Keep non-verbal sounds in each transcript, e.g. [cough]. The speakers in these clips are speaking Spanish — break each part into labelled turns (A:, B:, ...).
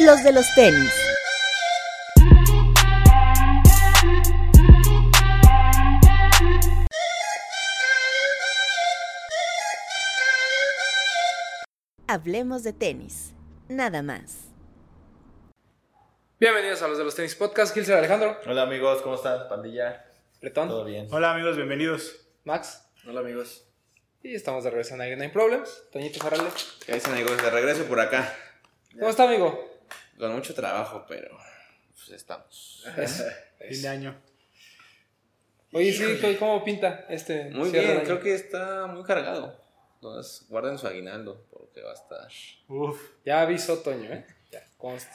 A: los de los tenis. Hablemos de tenis, nada más.
B: Bienvenidos a los de los tenis podcast, Gilser Alejandro,
C: Hola amigos, ¿cómo están? Pandilla,
B: Bretón,
C: ¿todo bien?
D: Hola amigos, bienvenidos.
B: Max,
E: Hola amigos.
B: y estamos de regreso en Iron Nine Problems. Toñito Farale.
E: ¿Qué dicen amigos? De regreso por acá.
B: ¿Cómo está, amigo?
E: Con mucho trabajo, pero pues estamos.
B: Eso,
D: Fin de
B: eso.
D: año.
B: Oye, sí, ¿cómo- ¿cómo pinta este?
E: Muy
B: cierre
E: bien,
B: de
E: creo
B: año?
E: que está muy cargado. Entonces, guarden su aguinaldo porque va a estar.
D: Uf.
B: Ya avisó Toño, ¿eh? Ya, conste.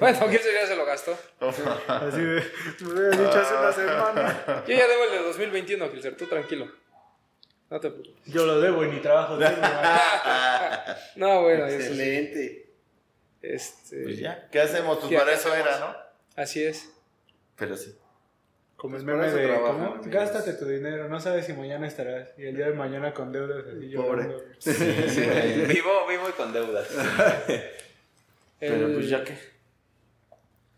B: Bueno, Gilser ya se lo gastó.
D: Así me, [laughs] me hubieras dicho hace una semana.
B: Yo ya debo el de 2021, Gilser, tú tranquilo. No te preocupes.
D: Yo lo debo y ni trabajo tengo. ¿eh? ¿verdad?
B: No, bueno, eso sí.
C: Excelente.
B: Este,
C: [laughs] Pues ya, ¿qué hacemos? Pues
B: ¿Qué
C: para eso
B: hacemos?
C: era, ¿no?
B: Así es.
C: Pero
E: [laughs]
C: sí.
D: [laughs] Como el
E: Pues por
D: meme
E: eso
D: de
E: trabajo,
D: ¿cómo?
E: amigos.
D: Gástate tu dinero, no sabes si mañana estarás. Y el día de mañana con deudas así llorando.
E: vivo, vivo y con deudas.
B: El-
C: qué.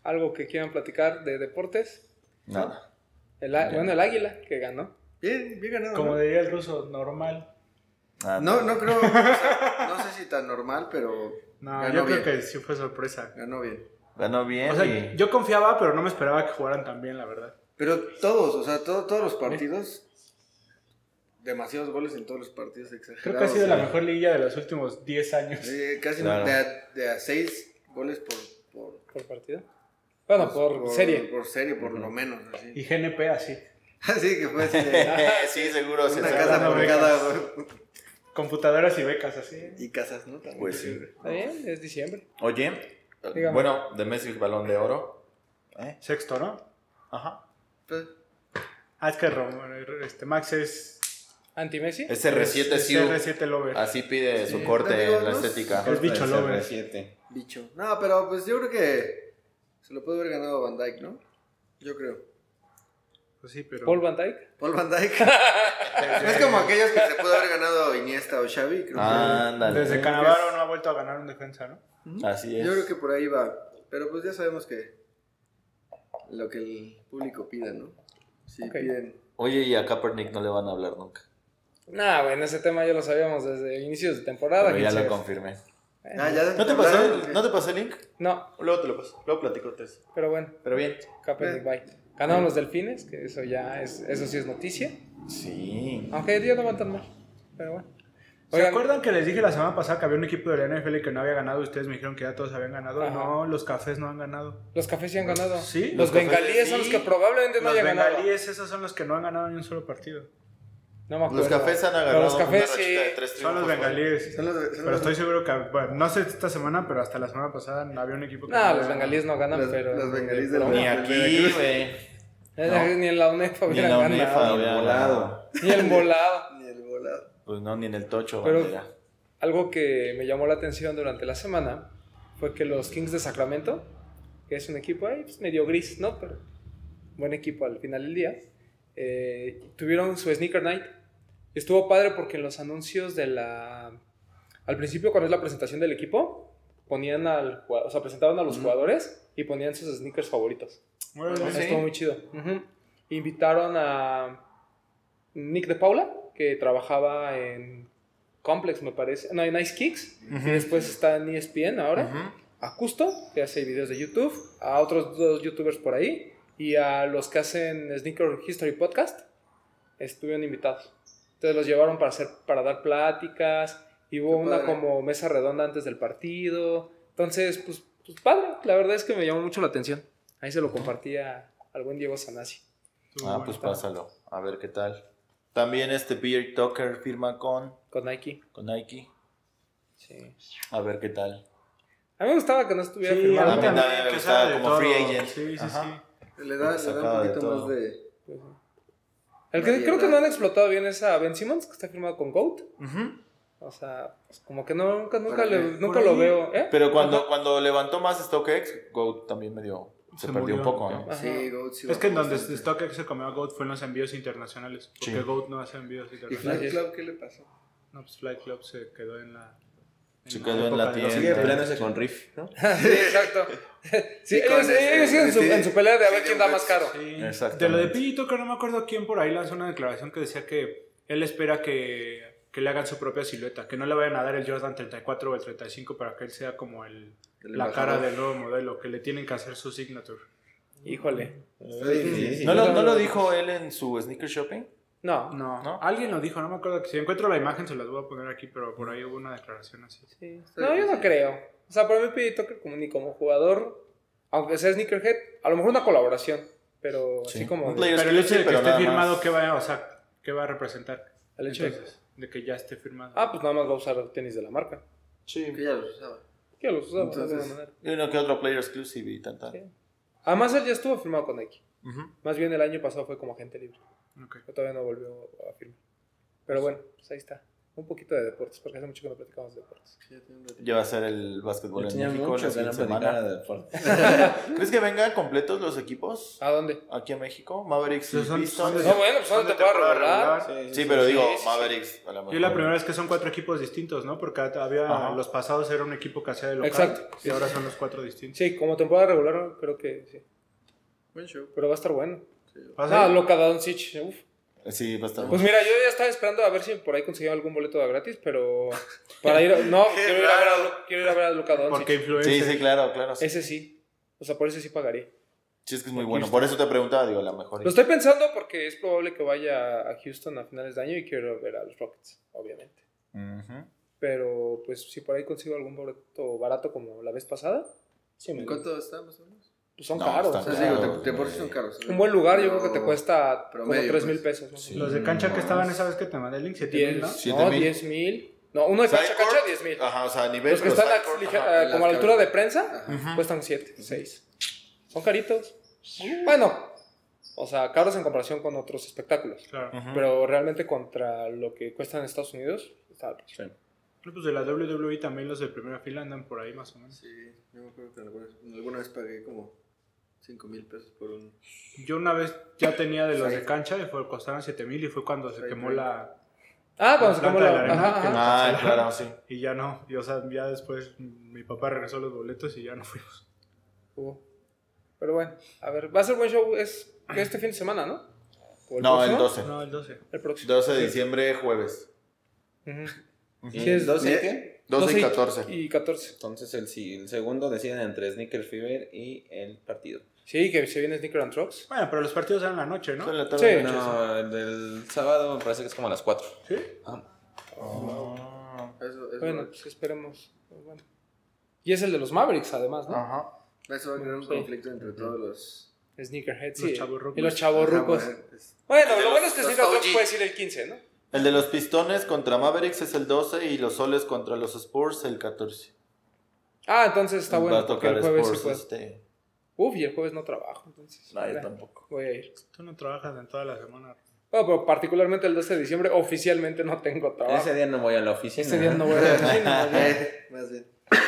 B: Algo que quieran platicar de deportes.
C: Nada.
B: El, a- bueno, el águila que ganó.
E: Bien, bien
D: [laughs]
E: ganado.
D: Como
E: ¿no?
D: diría el ruso, normal.
C: Nada.
F: No, no creo, o sea, no sé si tan normal, pero
D: No,
F: Ganó
D: yo creo
F: bien.
D: que sí fue sorpresa.
F: ganó bien.
C: Ganó bien.
D: O sea,
C: y-
D: yo confiaba, pero no me esperaba que jugaran tan bien, la verdad.
F: Pero todos, o sea, todo- todos los partidos, demasiados goles en todos los partidos, exagerados.
D: Creo que ha sido
F: Sí.
D: la mejor liguilla de los últimos 10 años.
F: Sí, casi
C: Claro.
F: de, a, de a seis goles por, por,
B: Por partido. Bueno,
C: Pues,
B: por, serie.
F: Por serie, por lo menos. Así, [laughs]
D: Y GNP así.
F: así que
D: [laughs]
F: fue así de
C: [laughs] sí, seguro. se
F: una
C: está
F: casa
C: dando
F: por
C: bien.
F: cada
D: Computadoras y becas así.
F: Y casas, ¿no? También.
C: Pues sí.
B: Está bien, es diciembre.
C: Oye,
B: Dígame.
C: bueno, de Messi el balón de oro. ¿Eh?
D: Sexto, ¿no?
C: Ajá.
F: Pues,
D: Ah, es que Rom- este, Max es...
B: Anti-Messi.
C: Es R7
D: es
C: Siu.
D: CR7 Lover.
C: Así pide su
F: Sí.
C: corte
F: Digo,
C: en la
F: no sé.
C: estética.
D: Es bicho
C: Es
D: lover.
C: R7.
F: bicho. No, pero pues yo creo que se lo puede haber ganado Van Dyke, ¿no? Yo creo.
D: Pues sí, pero...
B: Paul Van Dyke.
F: Paul Van Dyke.
C: [laughs]
F: No es como aquellos que se pudo haber ganado Iniesta o Xavi. Creo que-
C: Ándale.
D: Desde Canavaro no ha vuelto a ganar un defensa, ¿no?
C: Así es.
F: Yo creo que por ahí va. Pero pues ya sabemos que lo que el público pida, ¿no? Si
B: Ok.
F: piden.
C: Oye, y a Kaepernick no le van a hablar nunca.
B: Nah, bueno, ese tema ya lo sabíamos desde inicios de temporada.
C: Pero ya
B: Gilser.
C: lo confirmé.
B: Eh.
F: Ah, ya
C: ¿No te pasó
F: hablaron,
C: el, ¿no te pasó el link?
B: No,
C: Luego te lo paso. Luego platico tres.
B: pero bueno,
C: Pero bien. Eh.
B: Kaepernick, bye. Ganaron los delfines, que eso ya es, eso sí es noticia.
C: Sí.
B: Aunque ya no van tan mal. Pero bueno.
D: ¿Se
B: Oigan,
D: acuerdan que les dije la semana pasada que había un equipo de la NFL que no había ganado? Ustedes me dijeron que ya todos habían ganado.
B: Ajá.
D: No, los cafés no han ganado.
B: Los cafés sí han ganado.
D: Sí,
B: Los,
C: los cafés
B: bengalíes
C: sí.
B: son los que probablemente no
D: los
B: hayan ganado.
D: bengalíes, esos son los que no han ganado ni un solo partido.
B: No me acuerdo.
C: Los cafés han
B: Pero
C: agarrado
B: Los cafés
C: una rachita de
B: sí.
C: tres
D: Son
C: triunfos,
D: los
C: ¿no?
D: bengalíes.
F: Son los- son
D: Pero
F: los-
D: estoy seguro que, bueno, no sé esta semana, pero hasta la semana pasada no había un equipo que
B: No,
D: había
B: los
D: ganado.
B: bengalíes no ganan,
F: Los-
B: pero.
F: los bengalíes de la
C: Ni
F: UNEFA.
C: aquí, güey. no.
B: Ni en la UNEFA
C: Ni en
B: hubieran
C: la
B: ganado.
C: UNEFA,
E: ni el
C: había
E: volado.
C: ganado.
B: Ni el volado.
F: Ni el volado.
C: Pues no, ni en el tocho,
B: Pero-
C: bandera. Ah,
B: Algo que me llamó la atención durante la semana fue que los Kings de Sacramento, que es un equipo ahí, pues, medio gris, ¿no? Pero buen equipo al final del día, eh, tuvieron su Sneaker Night. Estuvo padre porque en los anuncios de la... Al principio, cuando es la presentación del equipo, ponían al... jugado- O sea, presentaban a los jugadores y ponían sus sneakers favoritos.
D: Bueno,
B: Entonces, Estuvo muy chido. Ujú. Invitaron a Nick de Paula, que trabajaba en Complex, me parece. No, en Ice Kicks. Y después está en E ESPN ahora. A Custo, que hace videos de YouTube. A otros dos youtubers por ahí. Y a los que hacen Sneaker History Podcast. Estuvieron invitados. Entonces los llevaron para, hacer, para dar pláticas. Y hubo
F: Qué
B: una
F: padre.
B: como mesa redonda antes del partido. Entonces, pues, pues padre. La verdad es que me llamó mucho la atención. Ahí se lo compartía al buen Diego Sanasi.
D: estuvo
C: Ah,
D: bueno.
C: pues pásalo. A ver qué tal. También este Beer Tucker firma con,
B: Con Nike.
C: con Nike.
B: Sí.
C: A ver qué tal.
B: A mí me gustaba que no estuviera
D: Sí,
B: firmado.
D: a mí también,
C: También me
D: que
C: gustaba
D: sabe de
C: como
D: todo.
C: free agent.
D: Sí, sí,
C: Ajá.
D: sí.
F: Le da, le da
C: Sacado
F: un
C: de
F: poquito
C: todo.
F: más de.
B: El que
F: Nadie
B: creo que
F: habla.
B: no han explotado bien es a Ben Simmons, que está firmado con Goat.
C: Ujú.
B: O sea, pues, como que no, nunca, nunca,
F: Por
B: le-
F: ahí,
B: nunca
D: por
B: lo
D: ahí.
B: veo. ¿eh?
C: Pero cuando,
B: Ajá.
C: cuando levantó más StockX, Go también medio. Se,
D: Se
C: perdió un
D: murió,
C: poco,
D: ok.
C: ¿no?
B: Ajá.
F: Sí, Goat sí
D: Es que en
F: bajó
D: donde
F: bastante.
D: StockX se comió a Goat fue en los envíos internacionales. Porque
C: Sí.
D: Goat no hace envíos
F: ¿Y
D: internacionales.
F: Flight Club qué le pasó?
D: No, pues Flight Club se quedó en la.
C: Se quedó en
D: época
C: la
D: de los
C: tienda.
D: Sigue peleando
E: con Riff, ¿no?
B: [laughs] Sí, exacto. Sí,
F: Y con
B: ellos,
F: este,
B: ellos siguen en su,
F: sí.
B: en su pelea de a ver
F: Sí,
B: quién da
F: güey.
B: más caro.
D: Sí.
C: Exactamente.
D: De lo de Pidgey Tucker, no me acuerdo quién por ahí lanzó una declaración que decía que él espera que, que le hagan su propia silueta, que no le vayan a dar el Jordan 34 o el 35 para que él sea como el,
F: El
D: la
F: embajador.
D: cara del nuevo modelo, que le tienen que hacer su signature.
B: Híjole.
F: Está difícil.
C: ¿No, lo, ¿No lo dijo él en su sneaker shopping?
B: No.
D: No,
C: ¿No?
D: alguien lo dijo, no me acuerdo. Si encuentro la imagen se las voy a poner aquí, pero por ahí hubo una declaración así.
B: Sí. No, yo no creo. O sea, para mí PJ Tucker como ni como jugador, aunque sea sneakerhead, a lo mejor una colaboración, pero así
C: Sí.
B: como
C: Un player.
D: Pero el hecho de que
C: pero
D: esté
C: nada
D: firmado,
C: más.
D: ¿qué va, a- o sea, ¿qué va a representar?
B: el hecho de-
D: Entonces, de que ya esté firmado.
B: Ah, pues nada más va a usar tenis de la marca.
C: Sí.
F: Que ya lo usaba.
B: Que los usaba de
F: Entonces-
B: alguna manera.
C: Y uno que otro player exclusive y tal, tal.
B: Sí. Además él ya estuvo firmado con Nike.
C: Ujú.
B: Más bien el año pasado fue como agente libre.
D: Ok.
B: Pero todavía no volvió a firmar. Pero bueno, pues ahí está. Un poquito de deportes, porque hace mucho que no platicamos de deportes.
F: Sí, ya tiene un ratito.
C: Ya va a ser el básquetbol
E: Yo
C: en
E: tenía
C: México
E: mucho
C: la
E: que no
C: siguiente
E: platicara
C: semana.
E: de deporte.
C: [laughs] ¿Crees que vengan completos los equipos
B: ¿A dónde?
C: aquí a México? Mavericks y
D: Sí, son-
C: Pistons.
D: son-
B: No, bueno, pues ¿dónde te puedo revelar?
C: Sí, pero digo,
B: sí, sí.
C: Mavericks a lo mejor.
D: Yo la primera vez que son cuatro equipos distintos, ¿no? Porque había
C: Ajá.
D: los pasados era un equipo que hacía de local
B: Exacto.
D: y ahora son los cuatro distintos.
B: Sí, como temporada regular, creo que sí.
F: Buen show.
B: Pero va a estar bueno.
D: ¿Vas a
B: Ah,
D: ir?
B: loca Doncic. Uf.
C: Sí, bastante.
B: Pues mira, yo ya estaba esperando a ver si por ahí conseguía algún boleto de gratis, [laughs] pero para ir a- No,
F: Qué
B: quiero ir, a ver a,
F: raro.
B: Lu- quiero ir a ver a Luka Doncic.
D: Porque influencer.
C: sí, sí, claro, claro. Sí.
B: Ese sí. O sea, por ese sí pagaría.
C: Sí, es que es muy bueno. Por eso te preguntaba, digo, a lo mejor.
B: Lo estoy pensando porque es probable que vaya a Houston a finales de año y quiero ir a ver a los Rockets, obviamente.
C: Ujú.
B: Pero pues si por ahí consigo algún boleto barato como la vez pasada, sí me
F: ¿En
B: lo-
F: cuánto está más o menos?
B: pues son
C: No,
B: caros.
C: está
F: O
B: o sea,
F: sea,
C: Ah, Claro,
F: digo, te, te
C: güey.
F: son caros. ¿eh?
B: un buen lugar yo
F: Pero-
B: creo que te cuesta como
F: promedio,
B: 3 mil
F: pues.
B: pesos. ¿no?
C: Sí.
D: Los de cancha que estaban esa vez que te mandé el link, 7 mil, ¿no?
B: 10,
C: ¿Siete
B: no,
C: mil? Ah,
B: 10 mil. No, uno de cancha a
C: Sidecourt,
B: cancha, 10 mil.
C: Ajá, o sea, a nivel.
B: Los que
C: pero
B: están pues, a-
C: sidecourt,
B: lige-
C: pues, ajá.
B: eh, como a la
F: las
B: altura de
F: cabezas.
B: prensa,
F: Ajá.
D: Ah.
C: Ujú.
B: cuestan 7, 6. Son caritos. Bueno, o sea, caros en comparación con otros espectáculos.
D: Claro.
C: Ujú.
B: Pero realmente contra lo que cuesta en Estados Unidos, está
D: No, Pues de la WWE también los de primera fila andan por ahí más o menos.
F: Sí, yo me acuerdo que alguna vez, alguna vez pagué como 5 mil pesos por un.
D: Yo una vez ya tenía de los de
F: Sí.
D: cancha y fue, costaron 7 mil y fue cuando se
F: Sí,
D: quemó
F: sí.
D: la...
B: Ah, cuando
D: La
B: se quemó
D: planta
B: la
D: de la arena,
B: ajá,
D: que
B: ajá.
C: Ah, claro, sí.
D: Y ya no, y, o sea, ya después mi papá regresó los boletos y ya no fuimos.
B: Uh, Pero bueno, a ver, va a ser buen show es que este fin de semana, ¿no? ¿O
C: No, el
B: próximo?
C: 12.
D: No, el 12.
B: El próximo.
C: 12 de diciembre, jueves.
B: Ujú.
C: Ujú.
B: Sí, es
E: 12
F: Eh,
E: qué?
C: 12 y 14.
B: Y 14.
E: Entonces el, si- el segundo deciden entre Sneaker Fever y el partido.
B: Sí, que se viene Sneaker and Trucks.
D: Bueno, pero los partidos eran la noche, ¿no?
C: Son la
B: Sí.
C: tarde. noche,
E: No, el del sábado me parece que es como a las 4.
D: ¿Sí?
F: Eso, eso,
B: Bueno, pues esperemos. Pues bueno. Y es el de los Mavericks, además, ¿no?
C: Ajá.
F: eso va a crear un conflicto entre todos los.
B: Sneakerheads
D: Los
B: y-
D: chavorrucos.
B: y los chavorrucos.
F: Ajá, bueno,
B: [laughs]
F: es-
B: Bueno,
F: De
B: lo
F: los-
B: bueno es que
F: los
B: Sneaker and Trucks
F: OG.
B: puedes ir el 15, ¿no?
C: El de los Pistones contra Mavericks es el 12 y los Soles contra los Spurs el 14.
B: Ah, entonces está
C: Va
B: bueno.
C: a
B: Porque
C: tocar
B: el jueves sí
C: Spurs
B: puedo.
C: este.
B: Uf, y el jueves no trabajo, entonces.
C: No, yo
B: mira,
C: tampoco.
B: Voy a ir.
D: Tú no trabajas en toda la semana.
B: Bueno, pero particularmente el 12 de diciembre oficialmente no tengo trabajo.
E: Ah, Ese día no voy a la oficina.
B: Ese día no voy a la
C: [laughs]
B: oficina, ya.
F: Eh, [laughs] más bien.
C: Pues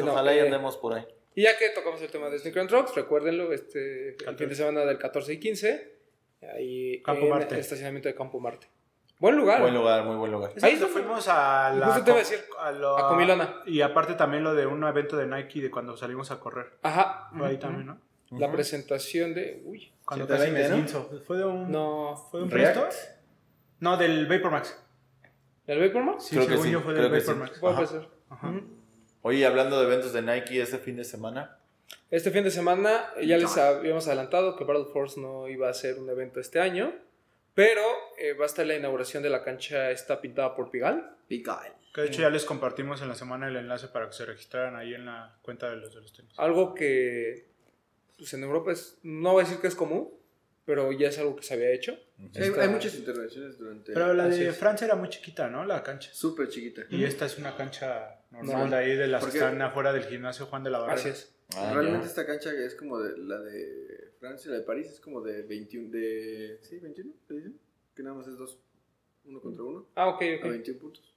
B: Bueno,
C: ojalá y
B: eh,
C: andemos por ahí.
B: Y ya que tocamos el tema de Sneaker and Trucks, recuérdenlo, este, el
D: 14.
B: fin de semana del 14 y 15, ahí
D: Campo
B: en
D: Marte.
B: el estacionamiento de Campo Marte. Buen lugar.
C: Buen lugar, muy buen lugar.
B: Ahí
D: Ahí
B: donde-
D: fuimos a la.
B: Justo te iba a decir,
D: a lo-
B: a Comilona.
D: Y aparte también lo de un evento de Nike de cuando salimos a correr.
B: Ajá.
D: Fue ahí también, ¿no?
B: La
C: Ujú.
B: presentación de... Uy,
D: Cuando
E: 720,
D: casi me
E: ¿no?
D: esguinzo. ¿Fue de un.
B: no.
D: ¿Fue de un
E: React.
D: Presto? No, del Vapormax.
B: ¿El Vapor Max?
D: Sí,
C: Creo que
D: según
C: sí,
D: yo fue
C: creo
D: del
C: que sí.
D: Vapormax.
B: Puede
C: Ajá.
B: ser.
D: Ajá.
B: Ujú.
C: Oye, hablando de eventos de Nike este fin de semana.
B: Este fin de semana ya les habíamos adelantado que Battle Force no iba a ser un evento este año, pero eh, va a estar la inauguración de la cancha esta pintada por Pigal.
F: Pical.
D: Que de hecho ya les compartimos en la semana el enlace para que se registraran ahí en la cuenta de los de los tenis.
B: Algo que pues, en Europa es, no voy a decir que es común, pero ya es algo que se había hecho.
F: Sí, hay,
C: Este,
B: Está-
F: hay muchas intervenciones durante.
D: Pero la
B: Así
D: de
B: es.
D: Francia era muy chiquita, ¿no? La cancha.
F: Súper chiquita.
D: Y esta es una cancha normal
B: Normal.
D: de ahí, de las que
F: Porque-
D: están afuera del gimnasio Juan de la Barrera.
B: Así es.
C: Ah,
F: Realmente
C: ya.
F: esta cancha que es como de la de Francia, la de París, es como de 21. De, sí, 21, ¿te dicen? Que nada más es dos. Uno contra uno.
B: Ah, ok,
F: A
B: ok.
F: 21 puntos.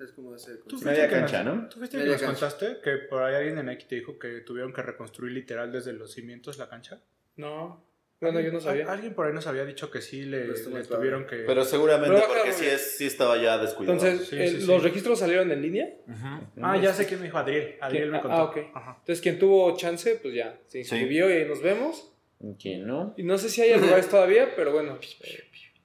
F: Es como ese.
D: ¿Tú
F: concepto.
D: fuiste,
E: Media
D: que
E: cancha,
D: nos,
E: ¿no?
D: ¿Tú fuiste que
F: Media
D: nos
F: cancha.
D: contaste que por ahí alguien de Nike te dijo que tuvieron que reconstruir literal desde los cimientos la cancha?
B: No. No, no, yo no sabía.
D: Alguien por ahí nos había dicho que sí le,
F: Pero esto
D: le
F: no es
D: tuvieron que.
C: Pero seguramente
B: Pero
C: porque
B: acá,
C: sí,
B: güey.
C: es, sí estaba ya descuidado.
B: Entonces,
D: Sí,
B: eh,
D: sí, sí.
B: los registros salieron en línea.
C: Ujú.
D: ah, ya sé quién me dijo Adriel. Adriel me
B: Ah,
D: contó.
B: ah, ok.
D: Ajá.
B: Entonces, quien tuvo chance, pues ya se inscribió y ahí nos vemos.
E: ¿Quién no?
B: Y no sé si hay lugares todavía, pero bueno, eh,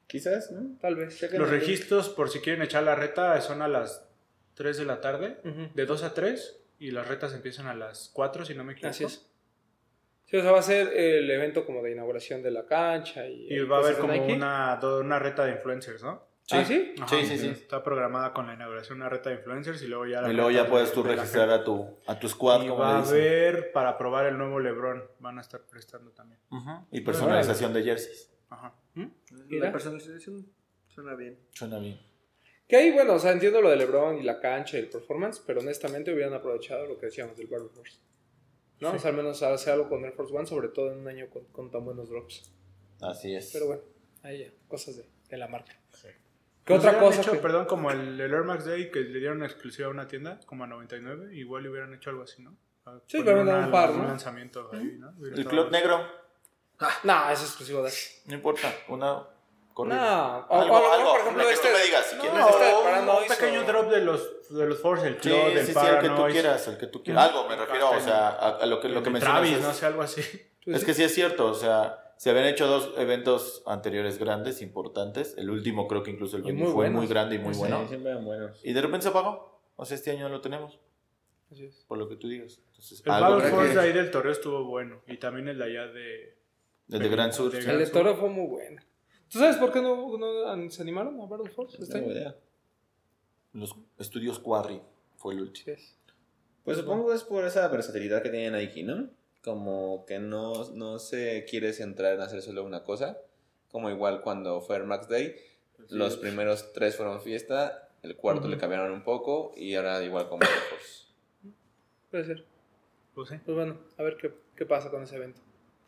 E: Quizás, ¿no?
B: tal vez. Chequen
D: Los
B: el-
D: registros, por si quieren echar la reta, son a las 3 de la tarde,
B: Ujú.
D: de 2 a 3, y las retas empiezan a las 4, si no me equivoco.
B: Así es. Sí, o sea, va a ser el evento como de inauguración de la cancha. Y,
D: Y va a haber
B: cosas de
D: como
B: Nike.
D: una, do- una reta de influencers, ¿no?
B: ¿Ah, sí?
D: Ajá,
C: Sí, sí, sí.
D: Está programada con la inauguración una reta de influencers y luego ya... la
C: Y luego
D: reta
C: ya puedes tú
D: de la
C: registrar
D: gente.
C: a tu, a tu squad,
D: Y
C: como
D: va a
C: le dicen.
D: haber para probar el nuevo LeBron. Van a estar prestando también.
C: Ujú. Y personalización de jerseys.
D: Ajá.
B: Mira.
F: La personalización suena bien.
C: Suena bien.
B: Que ahí, bueno, o sea, entiendo lo de LeBron y la cancha y el performance, pero honestamente hubieran aprovechado lo que decíamos del Barber Force. ¿No?
D: Sí.
B: O sea, al menos hacer algo con Air Force One, sobre todo en un año con, con tan buenos drops.
C: Así es.
B: Pero bueno, ahí ya, cosas de, de la marca. ¿Qué
D: Pues
B: otra
D: hubieran
B: cosa?
D: hecho,
B: que-
D: Perdón, como el, el Air Max Day que le dieron exclusiva a una tienda, como a 99, igual le hubieran hecho algo así, ¿no? A
B: Sí,
D: poner
B: pero
D: una-
B: un par, ¿no?
D: lanzamiento ahí, ¿no? Hubiera
C: El
D: estado
C: club
D: bien.
C: negro,
B: Ah, No, es exclusivo de Axis.
C: no importa. Una
B: No,
C: corrida.
B: o-
C: Algo-
B: o a lo mejor,
C: algo,
B: por ejemplo,
C: lo que
B: este.
C: tú me digas, si
B: no,
C: quieres.
B: este
D: No,
B: de
D: un-
B: Paranoid
D: Oh, un pequeño
B: o-
D: drop de los, de los Force, el
C: Sí,
D: club, del
C: sí, sí, el que tú
D: Paranoid, Mm,
C: quieras, el que tú quieras. Algo, me refiero, o sea, a, a lo que, lo
D: el
C: que
D: de
C: mencionas.
D: Travis,
C: es-
D: no sé, algo así. [laughs]
B: Pues
C: Es
B: sí.
C: que sí es cierto, o sea, se habían hecho dos eventos anteriores grandes, importantes. El último creo que incluso el
B: Y muy
C: venue fue
B: buenos.
C: muy grande y muy
E: Sí,
C: bueno.
E: siempre eran buenos.
C: Y de repente se apagó. O sea, este año no lo tenemos,
B: Así es.
C: por lo que tú digas. Entonces,
D: El
C: algo
D: Battle
C: que-
D: Force de ahí del Torreo estuvo bueno. Y también el de allá de.
C: el de Gran Sur.
D: de
C: sí.
B: El de Toro fue muy bueno. ¿Tú sabes por qué no, no se animaron a Battle Force?
E: No
B: Este
E: tengo
B: año?
E: idea.
C: Los estudios Quarry fue el último.
B: Así es.
E: Pues supongo que es por esa versatilidad que tiene Nike, ¿no? Como que no, no se quiere centrar en hacer solo una cosa. Como igual cuando fue Air Max Day, los primeros tres fueron fiesta, el cuarto le
B: Ujú.
E: cambiaron un poco y ahora igual como [coughs] pues,
B: Puede ser.
D: Pues sí.
B: Pues bueno, a ver qué, qué pasa con ese evento.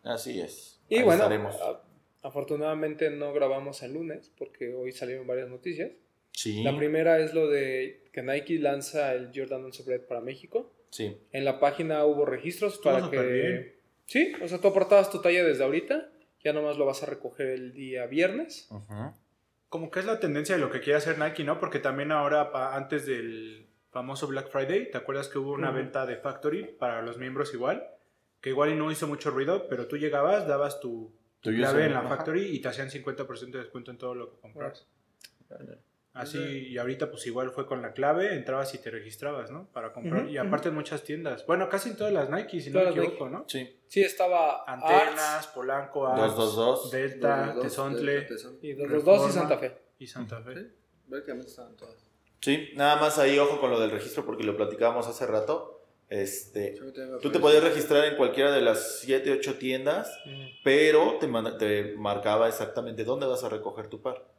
C: Así es.
B: Y
C: Ahí
B: bueno,
C: estaremos.
B: a- afortunadamente no grabamos el lunes porque hoy salieron varias noticias.
C: Sí,
B: La primera es lo de que Nike lanza el Jordan 11 Bread para México.
C: sí.
B: En la página hubo registros
D: Estuvo
B: para que...
D: súper bien.
B: Sí, o sea, tú apartabas tu talla desde ahorita. Ya nomás lo vas a recoger el día viernes.
C: Ujú.
D: Como que es la tendencia de lo que quiere hacer Nike, ¿no? Porque también ahora, pa- antes del famoso Black Friday, ¿te acuerdas que hubo una
B: Ujú.
D: venta de Factory para los miembros igual? Que igual y no hizo mucho ruido, pero tú llegabas, dabas tu
C: Tú y yo
D: clave en
C: somos-
D: la Factory y te hacían 50% de descuento en todo lo que compras.
E: Vale.
D: Así,
B: Ujú.
D: y ahorita pues igual fue con la clave, entrabas y te registrabas, ¿no? Para comprar.
B: Ujú,
D: Y aparte en muchas tiendas. Bueno, casi en todas las Nike, si
B: Todas
D: no me
B: las
D: equivoco, ¿no?
C: Sí.
B: Sí, estaba Arts
D: Antenas, Polanco, Arts,
C: 222.
D: Delta,
F: Dos, dos,
D: Tezontle
F: dos, Tezontle.
B: y los, los dos y
D: Reforma.
B: Santa Fe.
D: y Santa Fe.
F: Sí, Prácticamente estaban todas.
C: Sí, nada más ahí ojo con lo del registro porque lo platicábamos hace rato. Este,
F: Yo me tengo que
C: tú te
F: aprender.
C: podías registrar en cualquiera de las 7, 8 tiendas, pero te, manda- te marcaba exactamente dónde vas a recoger tu par.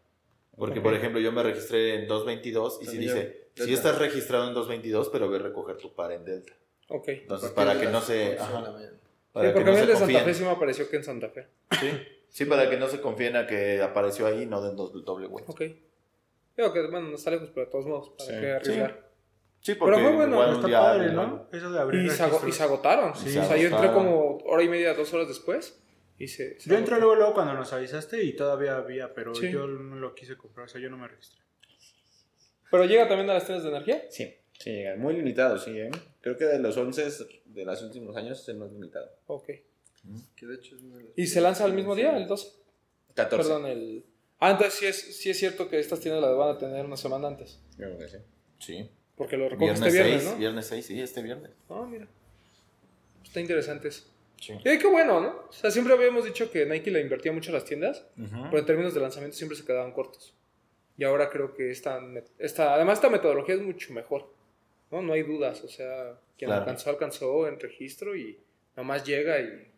C: Porque, por ejemplo, yo me registré en 222 y si
F: También
C: dice,
F: Delta.
C: si estás registrado en 222, pero ve a recoger tu par en Delta.
B: Ok. Sí,
C: Entonces,
F: A partir
C: para
F: de
C: que no
F: las
C: se...
F: 11 de la
C: ajá,
F: mañana.
C: para que
B: porque a
C: no
B: mí el
C: se
B: de Santa Fe
C: confíen.
B: sí me apareció que en Santa Fe.
C: Sí, sí, para que no se confíen a que apareció ahí, no den dos- doble vuelta.
B: Ok. Digo que, bueno, no está lejos, pero de todos modos, para
E: Sí.
B: que arriesgar.
C: Sí, porque
B: fue bueno,
C: igual un
D: Está
C: día
D: padre,
C: hablan,
D: ¿no? Eso de abrir
B: Y, se ago- y
D: registros.
B: se agotaron.
C: Sí,
B: o
C: se
B: sea, yo entré
C: agotaron.
B: como hora y media, dos horas después. Y se, se
D: Yo entré
B: agotó.
D: luego, luego cuando nos avisaste y todavía había, pero
B: Sí.
D: yo no lo quise comprar, o sea, yo no me registré.
B: Pero llega también a las tiendas de energía.
E: Sí, sí, llegan. Muy limitado, sí. ¿eh? Creo que de los 11 de los últimos años es el más limitado.
B: Ok.
F: Que de hecho es una de las-
B: Y se lanza al mismo día, el 12.
E: 14.
B: Perdón, el. Ah, entonces sí es, sí es cierto que estas tiendas las van a tener una semana antes.
E: Creo que sí.
C: Sí.
B: Porque lo recoges este
C: Viernes
B: viernes,
C: 6,
B: ¿no?
C: viernes 6, sí, este viernes.
B: Ah, mira. Está interesante eso.
C: Sí.
B: Y qué bueno, ¿no? O sea, siempre habíamos dicho que Nike le invertía mucho a las tiendas. Pero en términos de lanzamiento siempre se quedaban cortos. Y ahora creo que esta, me- esta además esta metodología es mucho mejor. No, no hay dudas. O sea, quien
C: Claro.
B: alcanzó, alcanzó en registro y nomás llega y...
C: No,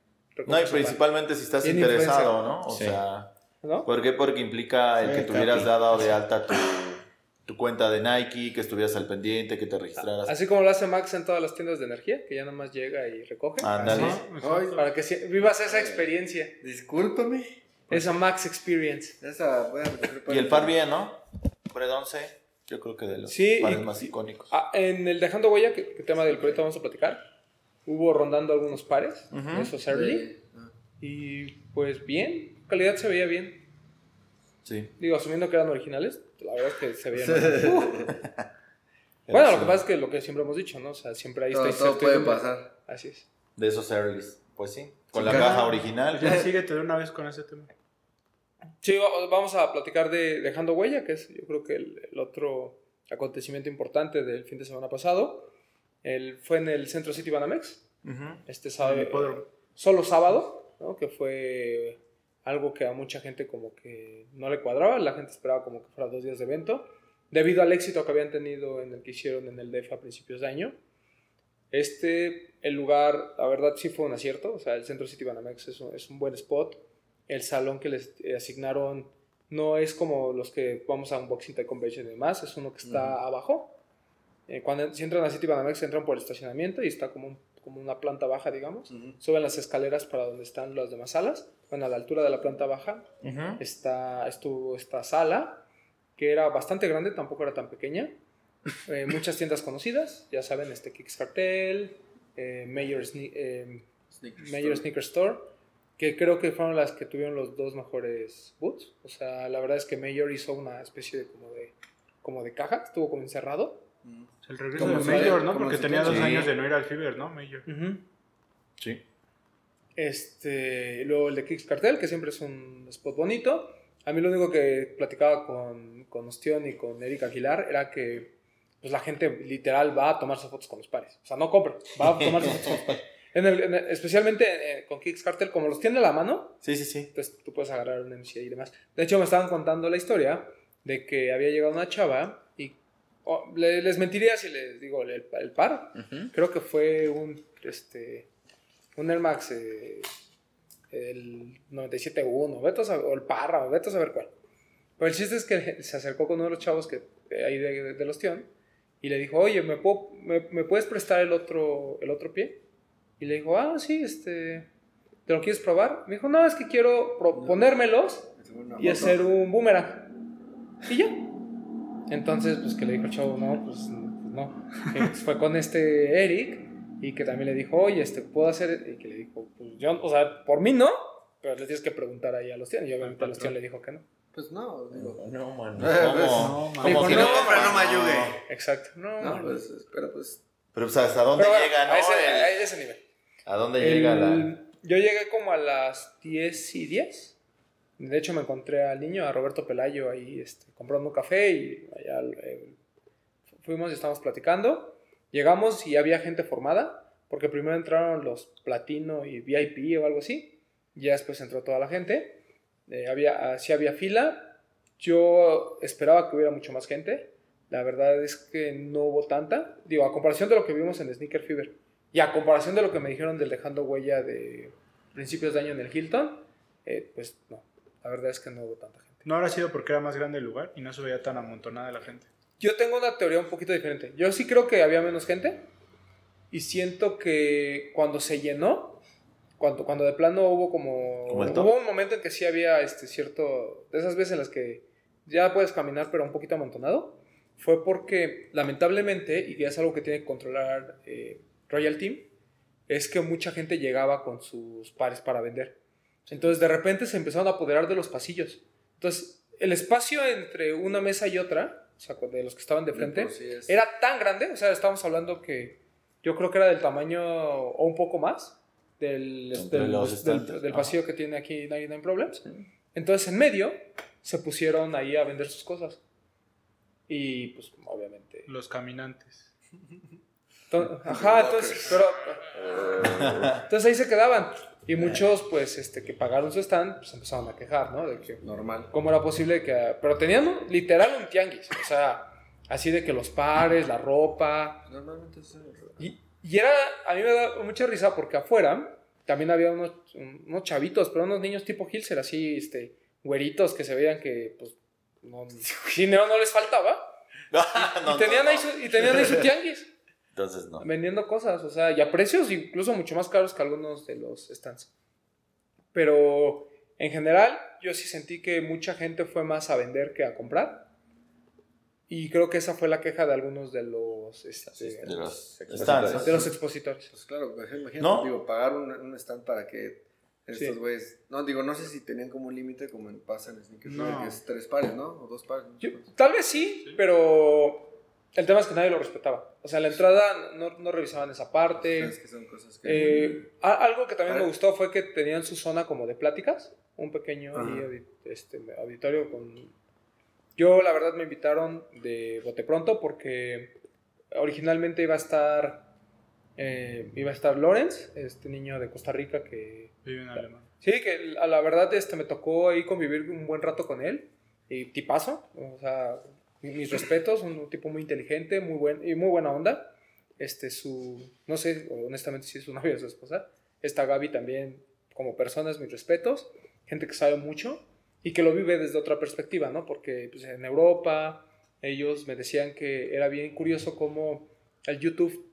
B: recoge
C: y
B: su
C: principalmente si estás
B: Bien
C: interesado,
B: influencer.
C: ¿no? O
E: Sí.
C: sea,
B: pan, ¿no?
C: ¿por qué? Porque implica el
E: Sí,
C: que
E: el
C: tuvieras
E: capi.
C: dado de alta tu, tu cuenta de Nike, que estuvieras al pendiente, que te registraras.
B: Así como lo hace Max en todas las tiendas de energía, que ya nomás llega y recoge.
C: Ándale.
D: Ajá, exacto.
F: Ay,
B: Para que sí- vivas esa experiencia,
F: Discúlpame.
B: esa Max Experience.
F: Esa voy a recoger para
C: Y el par bien, ¿no? Pre 11, yo creo que de los
B: Sí,
C: pares
B: y-
C: más icónicos.
B: Ah, en el Dejando Huella, que, que tema del proyecto vamos a platicar, hubo rondando algunos pares,
C: Ujú.
B: esos early.
F: Sí. Ah.
B: Y pues bien, calidad se veía bien.
C: Sí.
B: Digo, asumiendo que eran originales, la verdad es que se
F: [laughs]
B: veían. bien. bueno, lo que pasa es que lo que siempre hemos dicho, ¿no? O sea, siempre hay
F: Todo,
B: esta
F: todo puede
B: incertidumbre.
F: pasar.
B: Así es.
C: De esos earlys. Pues sí. Con la
D: Sí,
C: caja
D: claro.
C: original.
D: Ya síguete de una vez con ese tema.
B: Sí, va- vamos a platicar de Dejando Huella, que es yo creo que el, el otro acontecimiento importante del fin de semana pasado. El, fue en el Centro City Banamex,
C: Ujú.
B: este sábado,
D: El hipódromo.
B: solo sábado, ¿no? que fue algo que a mucha gente como que no le cuadraba, la gente esperaba como que fuera dos días de evento, debido al éxito que habían tenido en el que hicieron en el DF a principios de año. Este, el lugar, la verdad sí fue un acierto, o sea, el Centro City Banamex es un, es un buen spot, el salón que les eh, asignaron no es como los que vamos a un Boxing Tech Convention y demás, es uno que está abajo. Eh, cuando si entran a City Banamex entran por el estacionamiento y está como, un- como una planta baja, digamos suben las escaleras para donde están las demás salas. Bueno, a la altura de la planta baja
C: Ujú.
B: está, estuvo esta sala, que era bastante grande, tampoco era tan pequeña. Eh, muchas tiendas conocidas, ya saben, este Kicks Cartel, eh, Mayor, Sne- eh,
F: Snickers.
B: Mayor Sneaker Store, que creo que fueron las que tuvieron los dos mejores boots. O sea, la verdad es que Mayor hizo una especie de como de, como de caja, estuvo como encerrado.
F: Ujú.
D: El regreso de
F: Como si-
D: Mayor, ¿no?
F: como
D: Porque
F: si
D: tenía
F: tú-
D: dos
C: Sí.
D: años de no ir al Fever, ¿no? Mayor.
C: Sí.
B: Este, luego el de Kicks Cartel, que siempre es un spot bonito. A mí lo único que platicaba con, con Ostión y con Eric Aguilar era que pues, la gente literal va a tomarse fotos con los pares. O sea, no compra, va a tomarse fotos con los pares. En el- en el- especialmente eh, con Kicks Cartel, como los tiene a la mano,
C: Sí, sí, sí.
B: pues tú puedes agarrar un MC y demás. De hecho, me estaban contando la historia de que había llegado una chava y oh, le- les mentiría si les digo el, el par.
E: Ujú.
B: Creo que fue un, este, un Air Max eh, el 97.1, vete a saber- o el Parra, o vete a saber cuál. Pero el chiste es que [laughs] se acercó con uno de los chavos que, eh, ahí de, de, los Tion y le dijo, oye, ¿me, puedo- me, me puedes prestar el otro, el otro pie? Y le dijo, ah, sí, este, ¿te lo quieres probar? Me dijo, no, es que quiero pro- ponérmelos
F: Una
B: y
F: foto.
B: hacer un boomerang. Y ya. Entonces, pues que le dijo el chavo, no, pues no. Que, [laughs] pues, fue con este Eric y que también le dijo, oye, este, ¿puedo hacer? Y que le dijo, pues yo, o sea, por mí no, pero le tienes que preguntar ahí a los tíos. Y obviamente a los tíos le dijo que no.
F: Pues no, digo.
E: No, mano.
C: ¿Cómo?
D: no,
C: ¿Cómo
B: man.
C: que
B: No,
F: pero no me ayude.
B: Exacto. No,
F: No,
B: Ah, no.
F: pues espera, pues.
C: Pero pues hasta dónde
B: Pero bueno,
C: llega, ¿no?
B: a, ese,
C: El-
B: a ese nivel.
C: ¿A dónde llega la...?
B: El- Yo llegué como a las 10 y 10. De hecho, me encontré al niño, a Roberto Pelayo, ahí este, comprando un café y allá eh, fuimos y estábamos platicando. Llegamos y había gente formada, porque primero entraron los platino y VIP o algo así. Ya después entró toda la gente. Eh, había, así había fila. Yo esperaba que hubiera mucho más gente. La verdad es que no hubo tanta. Digo, a comparación de lo que vimos en Sneaker Fever. Y a comparación de lo que me dijeron del dejando huella de principios de año en el Hilton, eh, pues no, la verdad es que no hubo tanta gente.
D: No habrá sido porque era más grande el lugar y no se veía tan amontonada la gente.
B: Yo tengo una teoría un poquito diferente. Yo sí creo que había menos gente y siento que cuando se llenó, cuando, cuando de plano hubo como...
C: ¿Como el top?
B: hubo un momento en que sí había este cierto... De esas veces en las que ya puedes caminar pero un poquito amontonado, fue porque lamentablemente, y es algo que tiene que controlar eh, Royal Team, es que mucha gente llegaba con sus pares para vender. Entonces de repente se empezaron a apoderar de los pasillos. Entonces el espacio entre una mesa y otra, o sea, de los que estaban de frente,
F: pues, sí es-
B: era tan grande, o sea, estábamos hablando que yo creo que era del tamaño o un poco más del,
C: Entre
B: del,
C: los
B: del-
C: estantes,
B: del
C: ajá.
B: pasillo que tiene aquí 99 Problems. Entonces, en medio, se pusieron ahí a vender sus cosas. Y pues, obviamente.
D: Los caminantes.
B: Enton- ajá, entonces, pero,
C: Eh.
B: entonces ahí se quedaban. Y muchos, pues, este, que pagaron su stand, pues empezaron a quejar, ¿no? De que,
F: normal.
B: ¿Cómo era posible que.? Pero tenían un- literal un tianguis. O sea, así de que los pares, la ropa.
F: Normalmente es el-
B: Y, y era. A mí me da mucha risa porque afuera también había unos, unos chavitos, pero unos niños tipo Hilser, así, este, güeritos que se veían que, pues,
C: [laughs]
B: no, dinero no les faltaba.
C: [laughs] No,
B: y, tenían
C: no,
B: ahí
C: no.
B: su, y tenían ahí su
C: [laughs]
B: tianguis
C: Entonces no.
B: vendiendo cosas, o sea, y a precios incluso mucho más caros que algunos de los stands. Pero en general, yo sí sentí que mucha gente fue más a vender que a comprar. Y creo que esa fue la queja de algunos de los, este,
C: De
B: de
C: los
E: Expositores.
C: stands.
B: los expositores.
F: Pues claro, pues, imagínate,
C: ¿No?
F: digo, pagar un, un stand para que Estos
B: Sí.
F: güeyes. No, digo, no sé si tenían como un límite como en pasa en sneakers.
D: No.
F: de Que es tres pares, ¿no? O dos pares. ¿no?
B: Yo- tal vez sí, pero el tema es que nadie lo respetaba. O sea, la entrada no, no revisaban esa parte.
F: Sabes pues, que son cosas que.
B: Eh, a- algo que también
F: A
B: me
F: ver.
B: gustó fue que tenían su zona como de pláticas, un pequeño
F: Ajá.
B: ahí audi- este, auditorio con... Yo la verdad me invitaron de bote pronto porque originalmente iba a estar... eh, iba a estar Lawrence, este niño de Costa Rica que...
D: Vive en Alemania.
B: Sí, que a la verdad este, me tocó ahí convivir un buen rato con él. Y tipazo, o sea, mi- mis respetos, un tipo muy inteligente, muy buen y muy buena onda. Este, su, no sé, honestamente si es su [laughs] novia o su esposa. Esta Gaby también, como personas, mis respetos. Gente que sabe mucho y que lo vive desde otra perspectiva, ¿no? Porque pues, en Europa ellos me decían que era bien curioso cómo el YouTube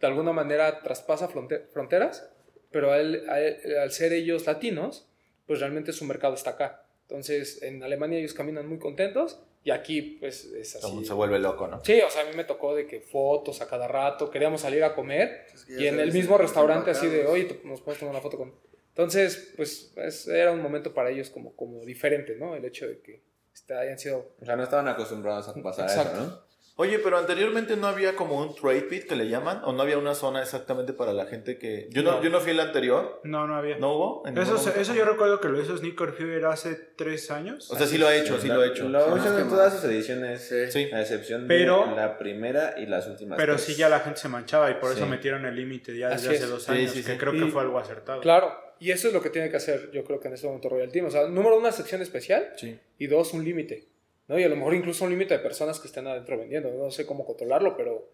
B: de alguna manera traspasa fronte- fronteras, pero al, al- al ser ellos latinos, pues realmente su mercado está acá. Entonces, en Alemania ellos caminan muy contentos y aquí pues es
C: Todo el
B: así.
C: mundo se vuelve loco, ¿no?
B: Sí, o sea, a mí me tocó de que fotos a cada rato, queríamos salir a comer
F: Es que ya
B: y en el
F: sabes,
B: mismo
F: están
B: restaurante así de,
F: empacados.
B: oye, ¿te- nos podemos tomar una foto con... Entonces, pues es- era un momento para ellos como, como diferente, ¿no? El hecho de que este, hayan sido...
E: O sea, no estaban acostumbrados a pasar
B: Exacto.
E: a eso,
C: Oye, pero anteriormente no había como un trade pit que le llaman, o no había una zona exactamente para la gente que. Yo no,
B: No.
C: yo no fui el anterior,
D: No, no había.
C: ¿no hubo? ¿En
D: eso,
C: ningún momento?
D: eso yo recuerdo que lo hizo Sneaker Fever hace tres años.
C: O sea, sí lo ha
E: ¿no?
C: hecho, sí lo ha hecho.
E: Lo
F: Sí,
E: hizo
F: más
E: en
F: que
E: todas
F: más.
E: sus ediciones,
F: pues". Sí.
C: Sí.
B: Eh,
E: a excepción
D: Pero-
E: de la primera y las últimas.
D: pero
E: tres.
D: sí ya la gente se manchaba y por eso
E: Sí.
D: metieron el límite ya desde
B: Así
D: hace
B: es.
D: dos
C: Sí,
D: años,
C: sí,
D: que
C: sí.
D: creo
B: Y-
D: que fue algo acertado.
B: Claro, y eso es lo que tiene que hacer yo creo que en este momento Royal Team. O sea, número uno, una sección especial
C: Sí.
B: y dos, un límite, ¿no? Y a lo mejor incluso un límite de personas que estén adentro vendiendo. No sé cómo controlarlo, pero,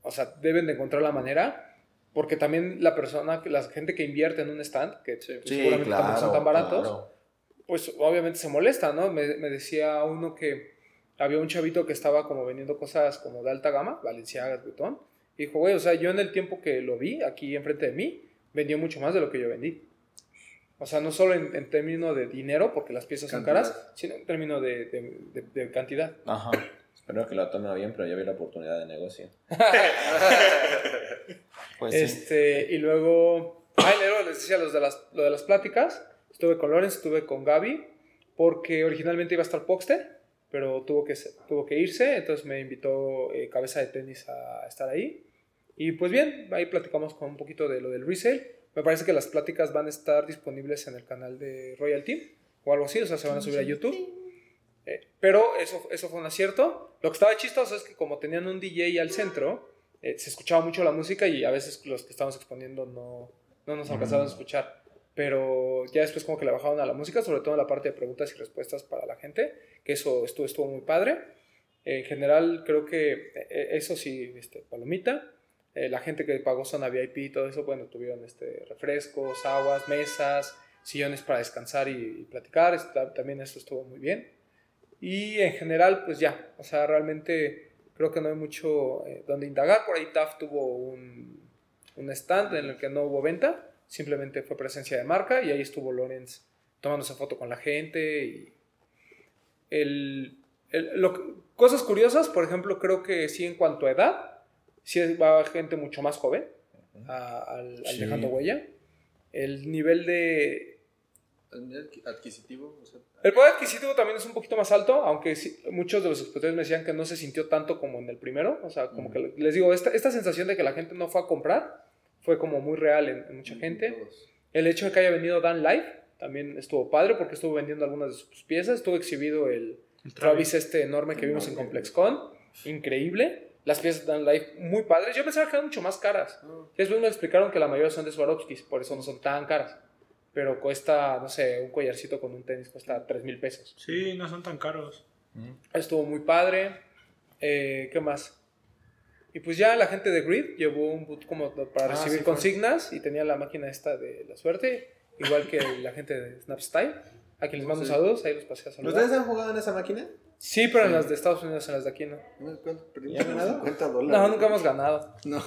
B: o sea, deben de encontrar la manera. Porque también la persona, la gente que invierte en un stand, que pues,
C: Sí,
B: seguramente
C: claro.
B: tampoco son tan baratos,
C: claro.
B: pues obviamente se molesta, ¿no? Me, me decía uno que había un chavito que estaba como vendiendo cosas como de alta gama, Valenciaga, Butón. Y dijo, güey, o sea, yo en el tiempo que lo vi aquí enfrente de mí, vendió mucho más de lo que yo vendí. O sea, no solo en, en términos de dinero, porque las piezas son caras,
F: Cantidad.
B: sino en términos de, de- de- de cantidad.
C: Ajá.
E: Espero que lo tome bien, pero ya vi la oportunidad de negocio.
C: [laughs] Pues sí.
B: este, Y luego, ay, luego les decía los de las, lo de las pláticas. Estuve con Lorenz, estuve con Gaby, porque originalmente iba a estar Poxter, pero tuvo que, se- tuvo que irse, entonces me invitó eh, Cabeza de Tenis a estar ahí. Y pues bien, ahí platicamos con un poquito de lo del resale. Me parece que las pláticas van a estar disponibles en el canal de Royal Team o algo así, o sea, se van a subir a YouTube. Eh, pero eso, eso fue un acierto. Lo que estaba chistoso es que como tenían un DJ al centro, eh, se escuchaba mucho la música y a veces los que estábamos exponiendo no, no nos alcanzaban a escuchar. Pero ya después como que le bajaron a la música, sobre todo en la parte de preguntas y respuestas para la gente, que eso estuvo, estuvo muy padre. En general creo que eh, eh, eso sí, este, palomita. Eh, la gente que pagó zona VIP y todo eso, bueno, tuvieron este, refrescos, aguas, mesas, sillones para descansar y, y platicar. Está- también eso estuvo muy bien. Y en general, pues ya, o sea, realmente creo que no hay mucho eh, donde indagar. Por ahí TAF tuvo un, un stand en el que no hubo venta, simplemente fue presencia de marca y ahí estuvo Lorenz tomándose foto con la gente. Y el, el- lo que- cosas curiosas, por ejemplo, creo que sí en cuanto a edad, sí va gente mucho más joven a- al, al
C: Sí.
B: dejando huella. El nivel de,
F: Adqui- Adquisitivo, o sea.
B: el poder adquisitivo también es un poquito más alto, aunque sí- muchos de los expositores me decían que no se sintió tanto como en el primero. O sea, como que les digo, esta, esta sensación de que la gente no fue a comprar fue como muy real en, en mucha gente.
F: todos.
B: El hecho de que haya venido Dan Live también estuvo padre porque estuvo vendiendo algunas de sus piezas. Estuvo exhibido el
D: El
B: Travis este enorme que vimos en ComplexCon. Increíble. Las piezas de Dan Live muy padres. Yo pensaba que eran mucho más caras.
F: No,
B: Después me explicaron que la mayoría son de Swarovskis, por eso no son tan caras. Pero cuesta, no sé, un collarcito con un tenis cuesta 3 mil pesos.
D: Sí, no son tan caros.
B: Estuvo muy padre. Eh, ¿Qué más? Y pues ya la gente de Grid llevó un boot como para
D: Ah,
B: recibir
D: sí, fue.
B: consignas y tenía la máquina esta de la suerte, igual que la gente de Snapstyle. A quien les mando
F: Sí.
B: saludos, ahí los pasé a saludar.
E: ¿Ustedes han jugado en esa máquina?
B: Sí, pero en las de Estados Unidos, en las de aquí no.
F: ¿cuánto?
E: ¿Ya ganado?
F: 50 dólares.
B: No, nunca hemos ganado.
F: No.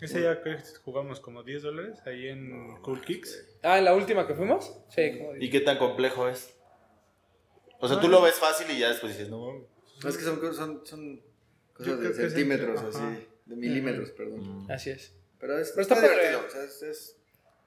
D: Ese ya que jugamos como 10 dólares ahí en Cool Kicks.
B: Ah, en la última que fuimos. Sí, como
C: ¿Y
B: dice.
C: qué tan complejo es? O sea, tú lo ves fácil y ya después dices, no mames.
F: No, es que son, co- son, son
D: Yo creo
F: cosas de
D: que es
F: centímetros,
D: entre-
F: así.
D: ajá.
F: De milímetros, perdón.
C: Mm.
B: Así es.
F: Pero, es,
B: Pero está
F: está
B: padre.
F: divertido. O sea, es, es-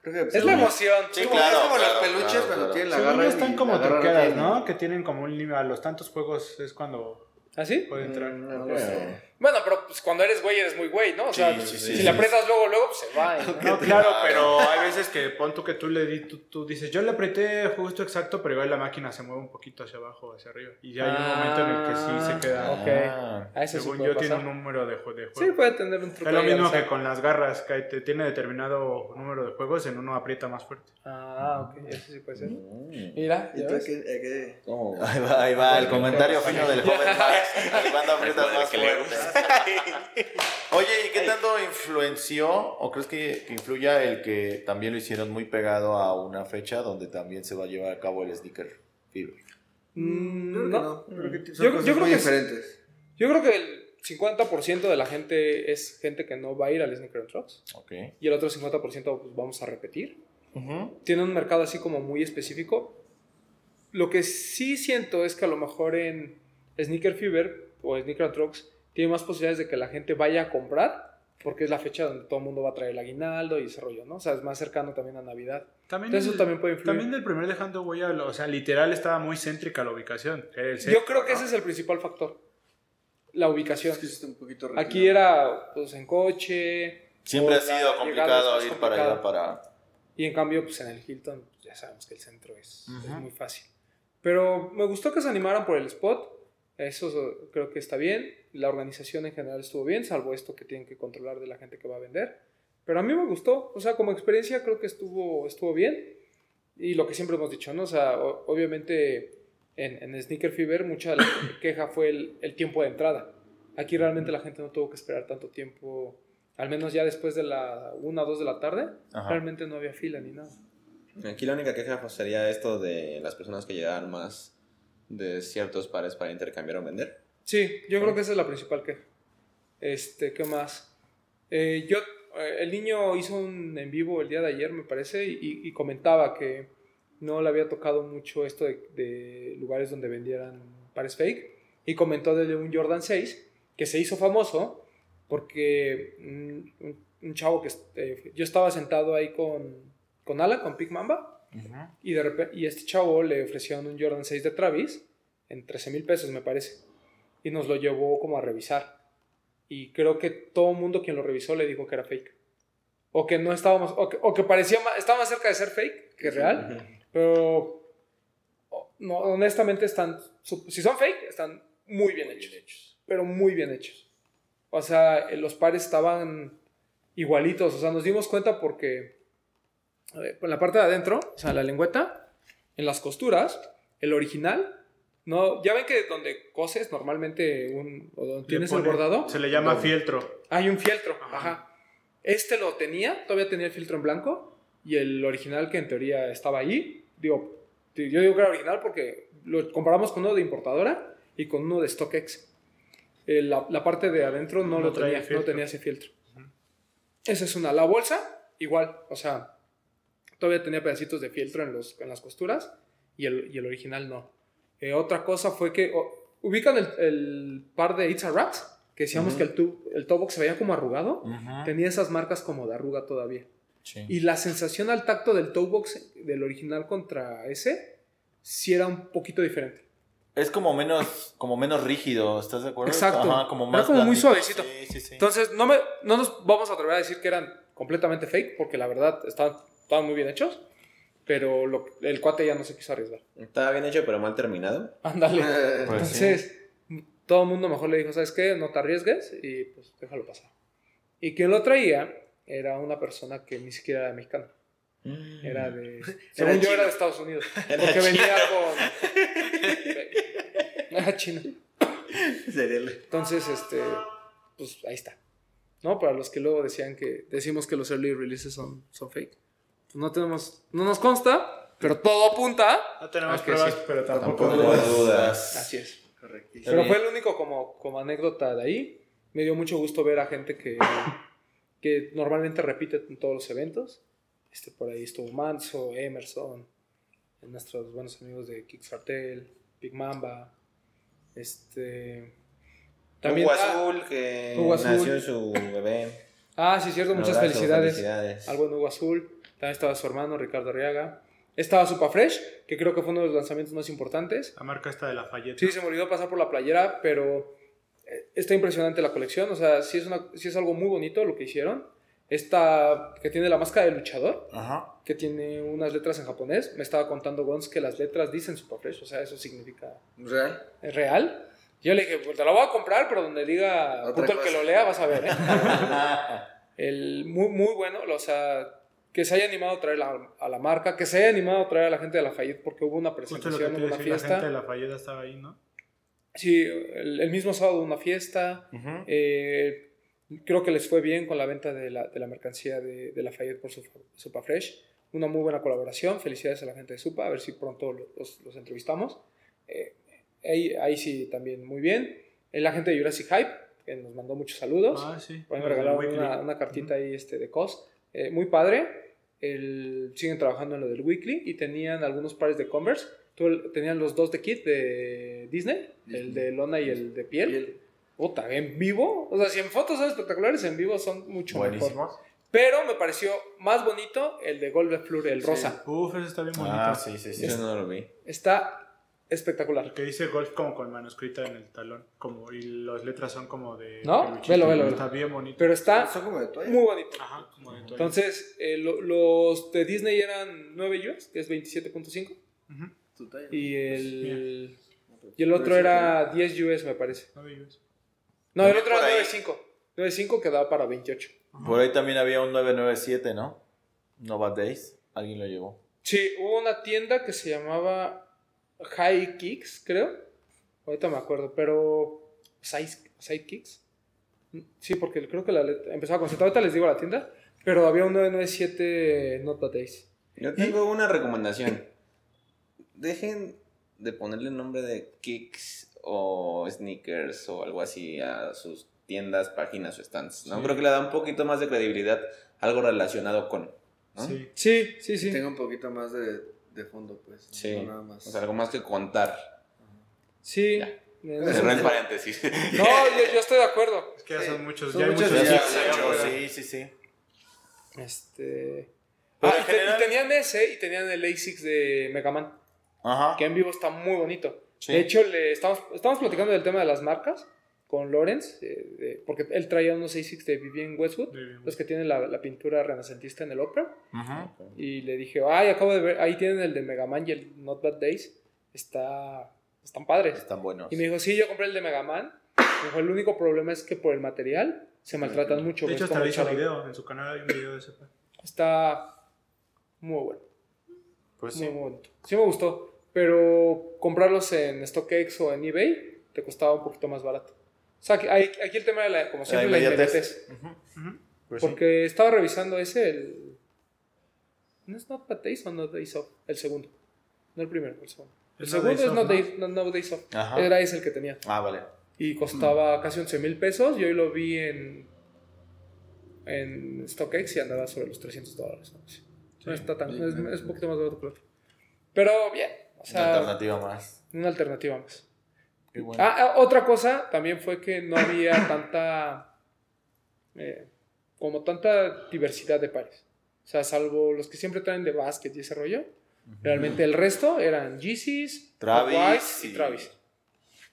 F: Creo que-
B: Es la emoción.
C: Sí,
F: Es como-
C: claro,
F: es como
C: claro,
F: los peluches
C: claro,
F: cuando
C: claro.
F: tienen la
D: Según
F: garra.
D: yo
F: y
D: están como
F: la garra no
D: truqueadas,
F: tiene-
D: ¿no? Que tienen como un límite. A los tantos juegos es cuando
B: ¿Así?
D: puede entrar.
F: No,
E: Bueno,
F: pues, eh,
B: Bueno, pero pues, cuando eres güey, eres muy güey, ¿no? O
C: Sí,
B: sea, pues,
C: sí,
B: si
C: sí.
B: le aprietas luego, luego, pues se va. ¿no?
D: No, claro,
C: vale.
D: pero
B: ah.
D: hay veces que pon tú que tú le di, tú, tú dices, yo le apreté justo exacto, pero igual la máquina se mueve un poquito hacia abajo, hacia arriba. Y ya hay un momento en el que sí se queda.
B: Ah, ok. A ese sí
D: Según
B: puede
D: yo, tiene un
B: pasar.
D: número de, jue- de juego.
B: Sí, pues, puede tener un truco.
D: es lo
B: ahí, o
D: mismo
B: sea.
D: que con las garras, que te- tiene determinado número de juegos, en uno aprieta más fuerte.
B: Ah, ok, eso sí puede ser.
E: mm,
B: Mira,
F: ¿Y
B: ya
F: tú a
B: ves.
F: qué- a qué?
C: [laughs]
E: ¿cómo?
C: Ahí va, ahí va, el comentario fino del
B: [laughs]
C: joven Max. Cuando aprietas
E: Joder,
C: más
E: que le
C: fuerte. Oye, ¿y qué tanto influenció o crees que, que influya el que también lo hicieron muy pegado a una fecha donde también se va a llevar a cabo el sneaker fever?
B: Mm,
F: Creo que
B: no. Mm.
F: no. Creo que
B: Yo-
F: son
B: yo
F: cosas
B: creo
F: muy
B: que sí.
F: diferentes.
B: Yo creo que el 50% de la gente es gente que no va a ir al Sneaker and Trucks.
C: Ok.
B: Y el otro 50% pues, vamos a repetir. tiene un mercado así como muy específico. Lo que sí siento es que a lo mejor en Sneaker Fever o Sneaker Trucks tiene más posibilidades de que la gente vaya a comprar porque es la fecha donde todo el mundo va a traer el aguinaldo y ese rollo, ¿no? O sea, es más cercano también a Navidad.
D: También
B: Entonces, eso también puede influir.
D: También del primer dejando huella, lo- o sea, literal estaba muy céntrica la ubicación. El
B: Yo
D: centro,
B: creo que
D: ¿no?
B: ese es el principal factor, la ubicación.
F: Es que sí está un poquito
B: Aquí era pues en coche
C: Siempre
B: o
C: ha
B: la
C: sido
B: llegada
C: complicado
B: es
C: ir
B: más
C: para allá,
B: complicada.
C: para...
B: Y en cambio, pues en el Hilton, pues, ya sabemos que el centro es, es
C: Ujú.
B: muy fácil. Pero me gustó que se animaran por el spot. Eso es- creo que está bien. La organización en general estuvo bien, salvo esto que tienen que controlar de la gente que va a vender. Pero a mí me gustó. O sea, como experiencia creo que estuvo, estuvo bien. Y lo que siempre hemos dicho, ¿no? O sea, o- obviamente en, en Sneaker Fever mucha de la [coughs] queja fue el, el tiempo de entrada. Aquí realmente la gente no tuvo que esperar tanto tiempo, al menos ya después de la 1 o 2 de la tarde.
C: Ajá.
B: Realmente no había fila ni nada.
E: Aquí la única queja pues, sería esto de las personas que llegaban más de ciertos pares para intercambiar o vender.
B: Sí, yo creo que esa es la principal queja. Este, ¿qué más? Eh, yo, eh, el niño hizo un en vivo el día de ayer, me parece, y, y comentaba que no le había tocado mucho esto de, de lugares donde vendieran pares fake. Y comentó de un Jordan 6 que se hizo famoso porque mm, un, un chavo que eh, yo estaba sentado ahí con, con Ala, con Big Mamba. Y, de repe- y este chavo le ofrecieron un Jordan 6 de Travis en 13 mil pesos, me parece. Y nos lo llevó como a revisar. Y creo que todo el mundo quien lo revisó le dijo que era fake. O que no estábamos, o que, o que parecía más, estaba más cerca de ser fake que real. Pero o- no, honestamente están, su- si son fake, están muy bien hechos. Pero muy bien hechos. O sea, eh, los pares estaban igualitos. O sea, nos dimos cuenta porque a ver, en la parte de adentro, o sea, la lengüeta, en las costuras, el original, no, ya ven que donde coses normalmente un, o donde
D: Le
B: tienes
D: pone-
B: el bordado,
D: Se le llama
B: No.
D: fieltro.
B: hay un fieltro. Ajá. Este lo tenía, todavía tenía el filtro en blanco y el original que en teoría estaba ahí, digo, yo digo que era original porque lo comparamos con uno de importadora y con uno de StockX. Eh, la, la parte de adentro no,
D: No
B: lo
D: traía
B: tenía, no
D: fieltro.
B: tenía ese filtro. Esa es una. La bolsa, igual, o sea, todavía tenía pedacitos de fieltro en, los, en las costuras y el, y el original no. Eh, otra cosa fue que o- ubican el, el par de It's a Rat, que decíamos
C: Ujú.
B: que el, tu, el toe box se veía como arrugado,
C: Ujú.
B: tenía esas marcas como de arruga todavía.
C: Sí.
B: Y la sensación al tacto del toe box del original contra ese, sí era un poquito diferente.
C: Es como menos, como menos rígido, ¿estás de acuerdo?
B: Exacto. Era como muy suavecito.
C: Sí, sí, sí.
B: Entonces, no, me, no nos vamos a atrever a decir que eran completamente fake, porque la verdad estaban, estaban muy bien hechos, pero lo- el cuate ya no se quiso arriesgar.
E: Estaba bien hecho, pero mal terminado.
C: [laughs]
B: Ándale.
C: Pues sí.
B: Entonces, todo el mundo mejor le dijo, ¿sabes qué? No te arriesgues y pues déjalo pasar. Y quien lo traía era una persona que ni siquiera era mexicana. Mm. Era de... Según yo era de Estados Unidos. porque [laughs] venía con... Era chino. Entonces, este... Pues ahí está. ¿No? Para los que luego decían que... Decimos que los early releases son, son fake. Pues no tenemos... No nos consta, pero todo apunta.
D: No tenemos
B: Ah, que
D: pruebas,
B: sí.
D: pero tampoco.
C: Tampoco
E: dudas.
B: Así es.
F: [laughs] Correctísimo.
B: Pero
C: Está
B: fue el único como, como anécdota de ahí. Me dio mucho gusto ver a gente que, que normalmente repite en todos los eventos. Este, por ahí estuvo Manso, Emerson, nuestros buenos amigos de Kick Sartel, Big Mamba. Este, también,
E: Hugo
B: ah,
E: Azul, que
B: Hugo Azul.
E: nació su bebé.
B: ah, sí, cierto,
E: Un
B: muchas
E: abrazo,
B: felicidades.
E: felicidades.
B: Al buen Hugo Azul. También estaba su hermano, Ricardo Arriaga. Estaba Supa Fresh, que creo que fue uno de los lanzamientos más importantes.
D: La marca esta de la Fayette.
B: Sí, se me olvidó pasar por la playera, pero eh, está impresionante la colección. O sea, sí es, una, sí es algo muy bonito lo que hicieron. Esta que tiene la máscara de luchador,
C: [laughs] Ajá.
B: que tiene unas letras en japonés. Me estaba contando Gons que las letras dicen Supa Fresh, o sea, eso significa
F: ¿Real?
B: ¿Es real? Yo le dije, pues te la voy a comprar, pero donde diga
F: Otra
B: puto el que
F: cosa.
B: lo lea, vas a ver. ¿eh? [laughs] el, muy, muy bueno, o sea, que se haya animado a traer la- a la marca, que se haya animado a traer a la gente de Lafayette, porque hubo una
D: Justo lo que
B: presentación,
D: te
B: hubo
D: iba
B: una
D: a decir, la gente de
B: fiesta.
D: la Fayette estaba ahí, ¿no?
B: Sí, el, el mismo sábado una fiesta.
C: Ujú.
B: Eh, creo que les fue bien con la venta de la, de la mercancía de, de Lafayette por Supa, Supa Fresh. Una muy buena colaboración. Felicidades a la gente de Supa. A ver si pronto lo- los, los entrevistamos. Eh, ahí, ahí sí, también muy bien. Eh, la gente de Jurassic Hype, que nos mandó muchos saludos.
D: Ah, sí.
B: Por ahí me
D: Los del
B: regalaron
D: Weekly.
B: una, una cartita ahí este, de COS. Eh, muy padre. El- siguen trabajando en lo del Weekly y tenían algunos pares de Converse. Tú- tenían los dos de kit de Disney, el de lona y el de piel.
F: Piel.
B: Puta, en vivo. O sea, si en fotos son espectaculares, en vivo son mucho mejor.
C: Buenísimos.
B: Pero me pareció más bonito el de Gold Fleur, el
F: Sí.
B: rosa.
D: Uf, ese está bien bonito.
C: Ah, sí, sí, sí.
E: Yo no lo vi.
B: Está espectacular.
D: El que dice golf como con manuscrita en el talón. Como, y las letras son como de.
B: ¿No?
D: peluchito,
B: Velo, velo,
D: ¿no?
B: velo.
D: Está bien bonito.
B: Pero está
F: Son como de toalla.
B: muy bonito.
D: Ajá, como de toalla.
B: Entonces, eh, lo- los de Disney eran 9 US, que es 27.5.
D: Ujú,
F: Tu talla.
B: Y
C: Pues,
B: el, y el
F: No pues,
B: otro
F: es
B: era 10 US, me parece.
D: no vi eso.
B: No, el
C: También
B: otro
C: por
B: era
C: ahí.
B: 9.5. 9.5 quedaba para 28.
C: Por ahí también había un 997, ¿no? Nova Days. Alguien lo llevó.
B: Sí, hubo una tienda que se llamaba High Kicks, creo. Ahorita me acuerdo, pero. Side Side Kicks. Sí, porque creo que la letra. Empezaba con Z. Ahorita les digo la tienda. Pero había un 997 Not That Days.
E: Yo tengo una recomendación. Dejen de ponerle el nombre de kicks o sneakers o algo así a sus tiendas, páginas o stands. ¿no?
D: Sí.
E: Creo que le da un poquito más de credibilidad algo relacionado con. ¿no?
D: Sí.
B: Sí, sí,
F: Que
B: sí.
F: tenga un poquito más de, de fondo, pues.
E: Sí.
F: No nada más.
E: O sea, algo más que contar.
B: Sí.
E: Ya.
B: En eso-
E: Cerré el paréntesis. [laughs]
B: No, yo, yo estoy de acuerdo.
D: Es que ya son muchos.
F: Son
D: ya hay
F: muchos
D: muchos.
F: ya.
D: kicks.
F: sí, sí.
C: sí, sí, sí.
B: Este.
C: Pero
B: Ah,
C: en
B: y, te- y
C: general-
B: tenían ese y tenían el A6 de Mega Man.
C: Ajá.
B: que en vivo está muy bonito.
C: Sí.
B: De hecho, le estamos, estamos platicando del tema de las marcas con Lorenz, eh, de- porque él traía unos ASICs de Vivienne Westwood,
D: Muy bien.
B: los que tienen la, la pintura renacentista en el Opera,
C: Ujú.
B: y le dije, ay, acabo de ver, ahí tienen el de Mega Man y el Not Bad Days, está, están padres.
C: Están buenos.
B: Y me dijo, sí, yo compré el de Mega Man, me dijo, el único problema es que por el material se maltratan mucho. pues,
D: De
B: ves
D: hecho, hasta
B: cómo
D: le hizo
B: echaron-
D: video. En su canal hay un video de ese.
B: Está muy bueno.
C: Pues
B: Muy
C: sí.
B: bonito. Sí me gustó, pero comprarlos en StockX o en eBay te costaba un poquito más barato. O sea, que hay- aquí el tema de la, como
C: La
B: siempre, la
C: inmediatez.
B: inmediatez.
C: Ujú.
D: Ujú.
C: Pues sí.
B: Porque estaba revisando ese, el... ¿No es Not Bad Days o Not Days Off? El segundo. No el primero, el segundo. El
D: Es Not
B: segundo
D: Days
B: es
D: Off,
B: not,
D: ¿no?
B: Day- no- No Days Off.
C: Ajá.
B: Era ese el que tenía.
C: Ah, vale.
B: Y costaba casi 11 mil pesos. Y hoy lo vi en, en StockX y andaba sobre los 300 dólares. ¿no? Sí. No está tan.
F: Bien,
B: es,
F: bien.
B: es un poquito más barato que el otro. Pero bien. O
C: Una
B: sea,
C: alternativa más.
B: una alternativa más.
C: Qué bueno.
B: Ah, ah, otra cosa también fue que no había tanta. eh, como tanta diversidad de pares. O sea, salvo los que siempre traen de básquet y ese rollo. Realmente el resto eran Yeezys,
C: Travis
B: Travis y,
C: y-
B: Travis.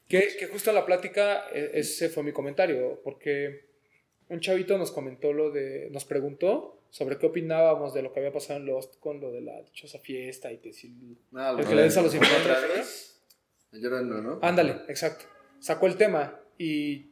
B: Que, que justo en la plática eh, ese fue mi comentario, porque un chavito nos comentó lo de, nos preguntó sobre qué opinábamos de lo que había pasado en Lost con lo de la dichosa fiesta y que si-
F: Nada,
B: el que
F: de-
B: le des a los
F: ¿Otra
B: influencers, Ah,
F: vez? El Jordan no, ¿no?
B: Ándale, exacto. Sacó el tema y...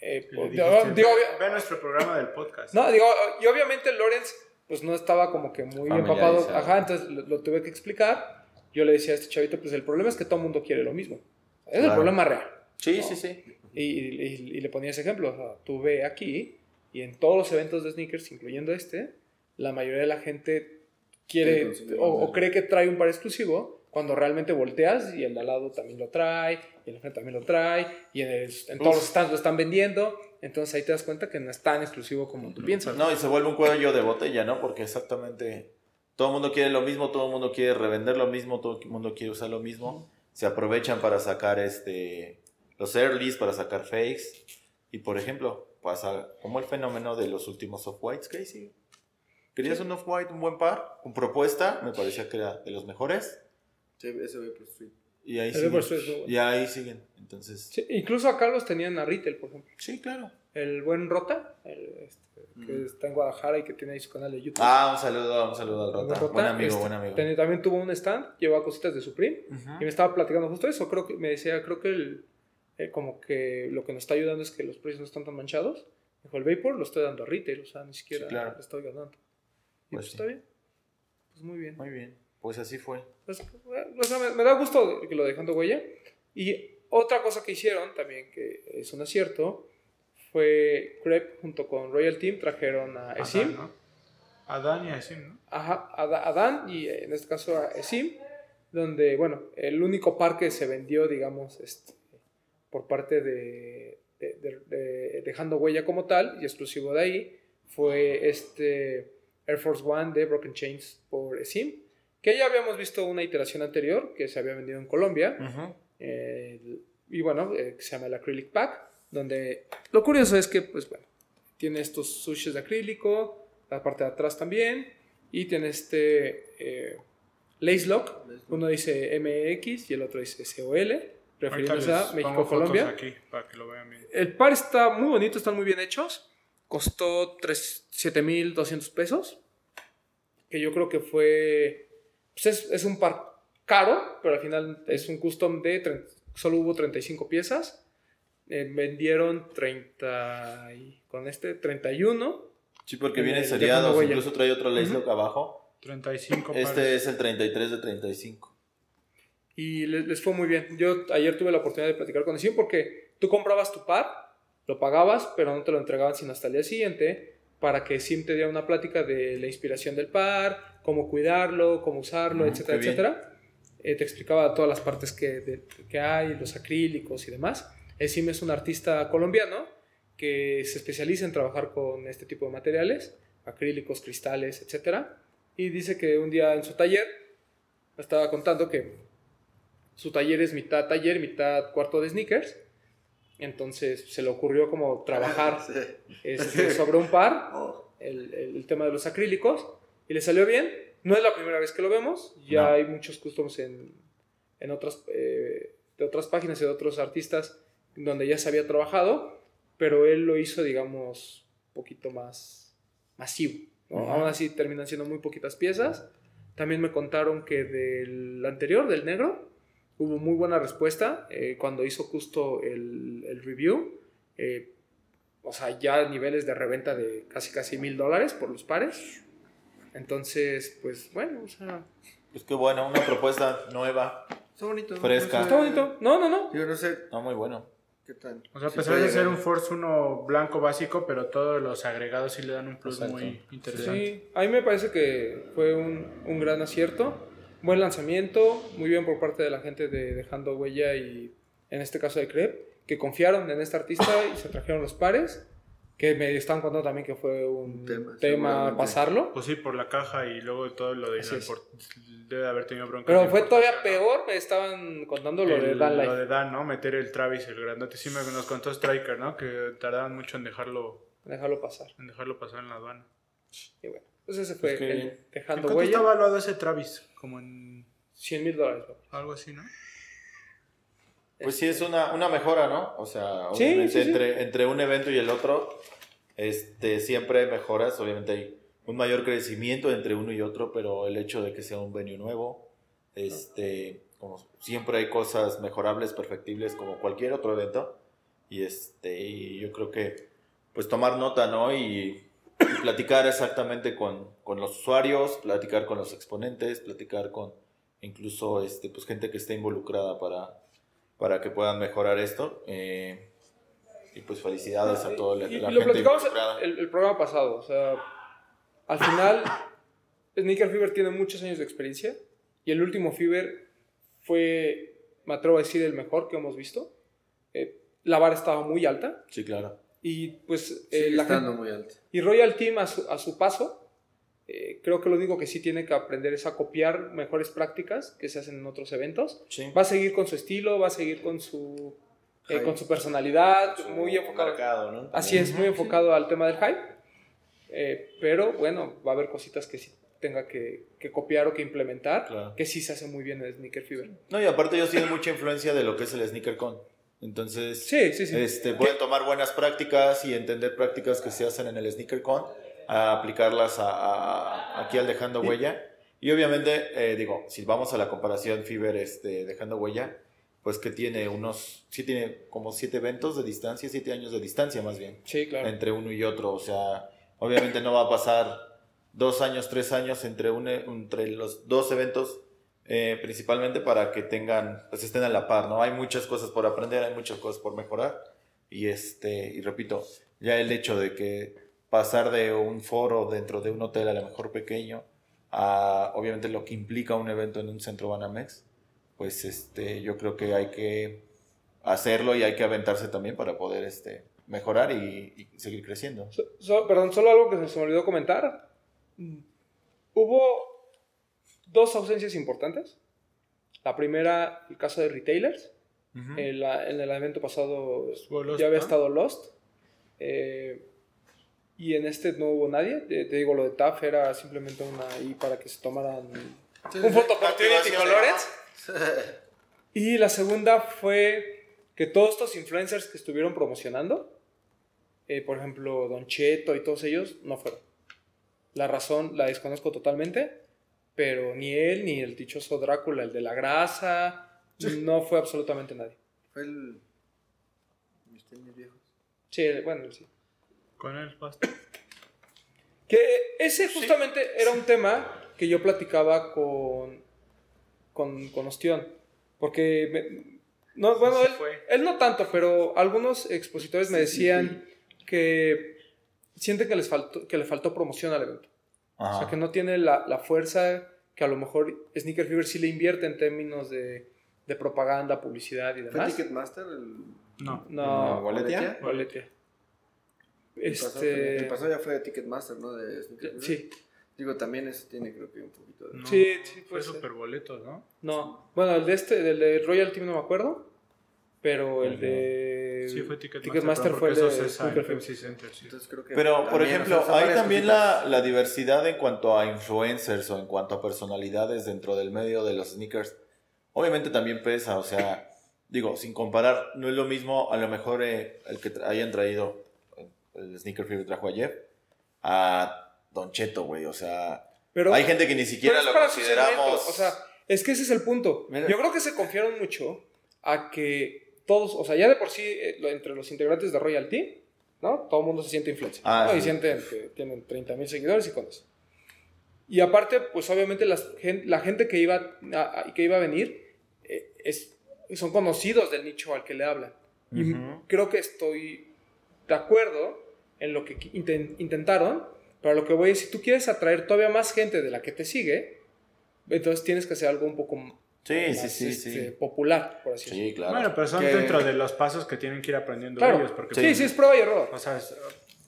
B: eh,
D: Y le
B: digo,
D: dijiste,
B: digo, eh,
D: ve, ve nuestro programa del podcast.
B: no, digo, y obviamente Lorenz, pues no estaba como que muy
E: Familiarizado.
B: empapado. Ajá, entonces lo, lo tuve que explicar. Yo le decía a este chavito, pues el problema es que todo el mundo quiere lo mismo. Es el
C: Claro.
B: problema real.
C: Sí, sí, sí.
B: Y, y- y le ponía ese ejemplo. O sea, tú ve aquí y en todos los eventos de sneakers, incluyendo este, la mayoría de la gente
F: Sí,
B: quiere
F: consume
B: o, o
F: más.
B: cree que trae un par exclusivo cuando realmente volteas y el de al lado también lo trae, y el de frente también lo trae, y en, el- en todos los stands lo están vendiendo. Entonces ahí te das cuenta que no es tan exclusivo como tú piensas.
C: No, y se vuelve un cuello de botella, ¿no? Porque exactamente todo el mundo quiere lo mismo, todo el mundo quiere revender lo mismo, todo el mundo quiere usar lo mismo. Se aprovechan para sacar este los earlys, para sacar fakes. Y por ejemplo, pasa como el fenómeno de los últimos off-whites, Casey. ¿Querías un Off-White, un buen par? Con propuesta, me parecía que era de los mejores.
F: Sí, ese ve por Street.
C: Y ahí
B: El
C: siguen.
B: Vapor Suite es muy bueno.
C: Y ahí siguen. Entonces, sí,
B: Sí, incluso acá los tenían a retail, por ejemplo.
C: claro.
B: El buen Rota, el, este, que
F: Mm.
B: está en Guadalajara y que tiene ahí su canal de YouTube.
C: Ah, un saludo, un saludo al
B: El buen
C: Rota.
B: Rota,
C: Buen amigo,
B: este,
C: buen amigo.
B: ten- También tuvo un stand, llevaba cositas de Supreme.
C: Ujú.
B: Y me estaba platicando justo eso, creo que me decía, creo que el, eh, como que lo que nos está ayudando es que los precios no están tan manchados. Dijo, el Vapor lo estoy dando a retail, o sea, ni siquiera
C: Sí, claro.
B: lo estoy ganando. Y pues,
C: Pues sí.
B: está bien. Pues muy bien.
C: Muy bien. Pues así fue.
B: Pues, bueno, o sea, me, me da gusto que lo dejando huella. Y otra cosa que hicieron también, que es un acierto, fue Crep junto con Royal Team trajeron a Esim.
D: Adán, ¿no? Adán y Asim, ¿no?
B: Ajá, a Da- a Dan y eh, en este caso a Esim, donde, bueno, el único par que se vendió, digamos, este, por parte de, de- de- de- Dejando Huella como tal y exclusivo de ahí, fue este Air Force One de Broken Chains por Esim, que ya habíamos visto una iteración anterior que se había vendido en Colombia, eh, y bueno, eh, que se llama el Acrylic Pack, donde lo curioso es que, pues bueno, tiene estos sushis de acrílico, la parte de atrás también, y tiene este eh, lace lock, uno dice MX y el otro dice COL, refiriéndose
D: Ahorita
B: a
D: les pongo fotos
B: México-Colombia.
D: aquí para que lo vean bien.
B: El par está muy bonito, están muy bien hechos, costó tres- 7.200 pesos, que yo creo que fue, pues es, es un par caro, pero al final es un custom de, 30 solo hubo 35 piezas. Eh, vendieron 30 y- con este 31
C: Sí, porque
B: En
C: viene
B: el
C: seriado.
B: Dejando Huella.
C: Incluso trae otro lace
B: Ujú.
C: lock abajo.
D: 35
C: Este
D: pares.
C: es el 33 de 35.
B: y le- les, fue muy bien. Yo ayer tuve la oportunidad de platicar con Esim porque tú comprabas tu par, lo pagabas, pero no te lo entregaban sino hasta el día siguiente para que Esim te diera una plática de la inspiración del par, cómo cuidarlo, cómo usarlo,
C: Ujú,
B: etcétera,
C: Ah, qué bien.
B: etcétera. Eh, te explicaba todas las partes que, de- que hay, los acrílicos y demás. Esim es un artista colombiano que se especializa en trabajar con este tipo de materiales, acrílicos, cristales, etcétera. Y dice que un día en su taller, me estaba contando que su taller es mitad taller, mitad cuarto de sneakers. Entonces se le ocurrió como trabajar
E: Ah,
F: Sí.
B: este, sobre un par,
F: Oh,
B: el, el- el tema de los acrílicos, y le salió bien. No es la primera vez que lo vemos, ya
C: No.
B: hay muchos customs en, en otras, eh, de otras páginas y de otros artistas donde ya se había trabajado, pero él lo hizo, digamos, un poquito más masivo. ¿no?
C: Ujú.
B: Aún así terminan siendo muy poquitas piezas. También me contaron que del anterior, del negro, hubo muy buena respuesta eh, cuando hizo justo el, el review. eh, o sea, ya niveles de reventa de casi casi mil dólares por los pares. Entonces, pues bueno, o sea,
C: Pues qué bueno, una propuesta nueva.
F: Está bonito. ¿no?
C: Fresca.
B: está bonito. No, no, no.
F: Yo no sé
C: No, muy bueno.
F: qué tan.
D: O sea, a
F: si
D: pesar
F: puede
D: de ser
F: llegar.
D: un Force 1 blanco básico, pero todos los agregados sí le dan un plus
E: Exacto.
D: muy interesante.
B: Sí, a mí me parece que fue un, un gran acierto, buen lanzamiento, muy bien por parte de la gente de Dejando Huella y en este caso de Crep, que confiaron en este artista y se trajeron los pares, que me están contando también que fue un
F: Un tema,
B: tema,
F: seguramente.
B: pasarlo.
D: Pues sí, por la caja y luego todo lo de
B: Así es.
D: por- debe haber tenido bronca.
B: Pero fue todavía peor, me estaban contando lo de Dan
D: pues, Lo
B: Life.
D: de Dan, ¿no? Meter el Travis, el grandote. Sí, me, nos contó Striker, ¿no? Que tardaban mucho en dejarlo,
B: Déjalo pasar.
D: en dejarlo pasar en la aduana.
B: Y bueno, pues ese fue
C: Pues qué
B: el
C: bien.
D: ¿En
B: Dejando
D: cuánto está
B: Huella.
D: evaluado ese Travis? Como en
B: 100 mil dólares. papá.
D: algo así, ¿no?
C: Pues sí, es una, una mejora, ¿no? O sea,
B: Este. Sí,
C: obviamente
B: sí, sí.
C: Entre, entre un evento y el otro, este, siempre hay mejoras, obviamente hay un mayor crecimiento entre uno y otro, pero el hecho de que sea un venue nuevo, este, como siempre hay cosas mejorables, perfectibles, como cualquier otro evento, y este, y yo creo que, pues tomar nota, ¿no? Y, y platicar exactamente con, con los usuarios, platicar con los exponentes, platicar con incluso, este, pues gente que esté involucrada para para que puedan mejorar esto. eh, y pues felicidades a toda la,
B: Este, Ah, Y,
C: la
B: y lo
C: gente
B: platicamos
C: involucrada.
B: el, el programa pasado. O sea, al final, Sneaker Fever tiene muchos años de experiencia. Y el último Fever fue, me atrevo a decir, el mejor que hemos visto. Eh, la vara estaba muy alta.
C: Sí, claro.
B: Y pues eh,
F: Sigue
B: la
F: estando
B: gente-
F: muy alto.
B: Y Royal Team a su, a su paso, eh, creo que lo único que sí tiene que aprender es a copiar mejores prácticas que se hacen en otros eventos.
C: Sí.
B: va a seguir con su estilo, va a seguir con su, eh,
F: Hype.
B: con su personalidad, muy enfocado.
E: Mercado, ¿no?
B: Así es, muy enfocado al tema del hype. Eh, pero bueno, va a haber cositas que sí tenga que, que copiar o que implementar,
C: Claro.
B: que sí se hace muy bien en Sneaker Fever.
C: No, y aparte ellos tienen mucha influencia de lo que es el sneaker con. Entonces,
B: Sí, sí, sí.
C: este, pueden tomar buenas prácticas y entender prácticas que se hacen en el sneaker con, a aplicarlas a, a- a- aquí al dejando huella. Y obviamente, eh, digo, si vamos a la comparación Fiverr este, dejando huella, pues que tiene unos, sí tiene como siete eventos de distancia, siete años de distancia más bien
B: Sí, claro.
C: entre uno y otro. O sea, obviamente no va a pasar dos años, tres años entre, un, entre los dos eventos, eh, principalmente para que tengan, pues estén a la par, ¿no? Hay muchas cosas por aprender, hay muchas cosas por mejorar. Y este, y repito, ya el hecho de que pasar de un foro dentro de un hotel, a lo mejor pequeño, a obviamente lo que implica un evento en un centro Banamex, pues este, yo creo que hay que hacerlo y hay que aventarse también para poder este, mejorar y, y seguir creciendo.
B: So- so- perdón, solo algo que se- se me olvidó comentar. Mm. Hubo dos ausencias importantes. La primera, el caso de retailers. En, la- en el evento pasado pues,
D: Estuvo Lost,
B: ya había
D: ¿no?
B: estado Lost. Eh, y en este no hubo nadie. Te, te digo, lo de TAF era simplemente una ahí para que se tomaran un photo opportunity
C: Activación,
B: con Lawrence. Y la segunda fue que todos estos influencers que estuvieron promocionando, eh, por ejemplo, Don Cheto y todos ellos, no fueron. La razón la desconozco totalmente, pero ni él, ni el dichoso Drácula, el de la grasa, no fue absolutamente nadie.
F: Fue el. Mis tenis viejos.
B: Sí, bueno, sí.
D: Con el pasto.
B: Que ese justamente era un tema que yo platicaba con, con, con Ostión. Porque, me- no, bueno,
D: se
B: él,
D: fue.
B: él no tanto, pero algunos expositores me decían que sienten que les faltó, que le faltó promoción al evento. O
C: Ah.
B: sea, que no tiene la, la fuerza que a lo mejor Sneaker Fever sí le invierte en términos de, de propaganda, publicidad y
F: ¿Fue
B: demás.
F: Ticketmaster? El...
D: No.
B: No,
C: No, ¿Boletia?
B: boletia.
F: El pasado también-
B: Este,
F: El pasado ya fue de Ticketmaster, ¿no? De Sneaker Fever.
B: sí,
F: Digo, también eso tiene creo que un poquito de...
D: no.
B: Sí, sí,
D: Fue
B: puede ser.
D: superboletos, ¿no?
B: No, bueno, el de este, del de Royal Team no me acuerdo, pero el de
D: Sí, fue Ticketmaster.
B: Ticketmaster
D: pero
B: fue el
D: porque
B: de
D: eso es
B: Sneaker Fever.
D: IFMC Center, sí.
F: Entonces creo que...
C: Pero, por
F: también,
C: ejemplo,
F: o sea, son
C: hay
F: varias
C: también
F: cositas.
C: la, la diversidad en cuanto a influencers o en cuanto a personalidades dentro del medio de los sneakers. Obviamente también pesa, o sea, digo, sin comparar, no es lo mismo a lo mejor eh, el que tra- hayan traído, eh, el sneaker fever trajo ayer, a Don Cheto, güey, o sea,
B: Pero,
C: hay gente que ni
B: pero
C: siquiera
B: es
C: lo
B: para su
C: consideramos.
B: segmento, O sea, es que ese es el punto.
C: Mira.
B: Yo creo que se confiaron mucho a que todos, o sea, ya de por sí, eh, lo- entre los integrantes de Royal Team, ¿no? Todo el mundo se siente influencer.
C: Ah,
B: ¿no? Y
C: sí.
B: sienten que tienen 30 mil seguidores y con eso. Y aparte, pues obviamente las gen- la gente que iba a, a- que iba a venir eh, es, son conocidos del nicho al que le hablan. Y
C: Ujú.
B: creo que estoy de acuerdo en lo que qui- inten- intentaron, pero a lo que voy es, si tú quieres atraer todavía más gente de la que te sigue, entonces tienes que hacer algo un poco m-
C: sí, sí,
B: más,
C: sí,
B: este,
C: sí.
B: popular, por así decirlo.
C: Sí, claro.
D: Bueno, pero son
F: Que-
D: dentro de los pasos que tienen que ir aprendiendo
B: Claro,
D: ellos. Porque
B: sí,
D: pues,
B: sí, es prueba y error.
C: Ah.
D: O sea, es-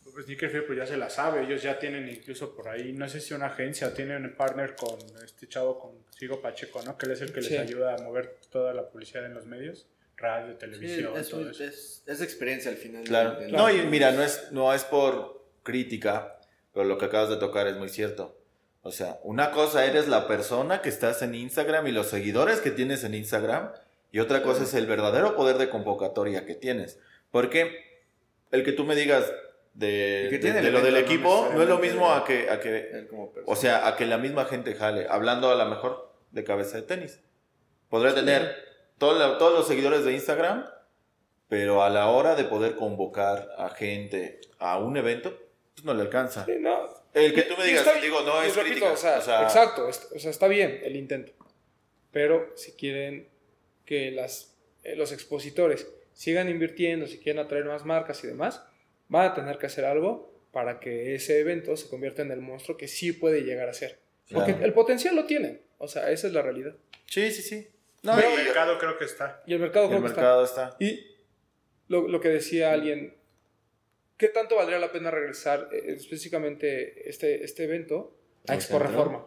D: pues, Sneaker Fever pues, ya se la sabe. Ellos ya tienen incluso por ahí, no sé si una agencia, tienen un partner con este chavo, con Sigo Pacheco, ¿no? Que él es el que les
B: Sí.
D: ayuda a mover toda la publicidad en los medios, radio,
F: Sí,
D: televisión,
F: es,
D: todo eso.
F: es- es experiencia al final.
C: Claro.
F: del-
C: No, y mira, no es, no es por crítica, pero lo que acabas de tocar es muy cierto. O sea, una cosa eres la persona que estás en Instagram y los seguidores que tienes en Instagram, y otra cosa es el verdadero poder de convocatoria que tienes. Porque el que tú me digas de,
F: Y que
C: de-
F: tiene
C: de
F: el
C: lo del
F: evento, no
C: equipo no es lo
F: necesariamente
C: mismo a
F: de-
C: que, a que
F: Él como persona.
C: o sea, a que la misma gente jale, hablando a lo mejor de cabeza de tenis. Podrá tener todo la- todos los seguidores de Instagram, pero a la hora de poder convocar a gente a un evento, pues no le alcanza.
B: Sí, no,
C: El que tú me
B: Y
C: digas,
B: está bien,
C: digo, no
B: y
C: es
B: repito,
C: crítica.
B: o sea,
C: o sea,
B: exacto, es- o sea, está bien el intento. Pero si quieren que las, eh, los expositores sigan invirtiendo, si quieren atraer más marcas y demás, van a tener que hacer algo para que ese evento se convierta en el monstruo que sí puede llegar a ser. Porque
C: Claro.
B: el potencial lo tienen. O sea, esa es la realidad.
C: Sí, sí, sí. No,
D: No,
C: y-
D: el mercado creo que está.
B: Y el mercado
C: y el
B: creo que está.
C: mercado está.
B: Y lo, lo que decía alguien, ¿qué tanto valdría la pena regresar eh, específicamente este, este evento a
C: ¿Al
B: Expo
C: centro?
B: Reforma,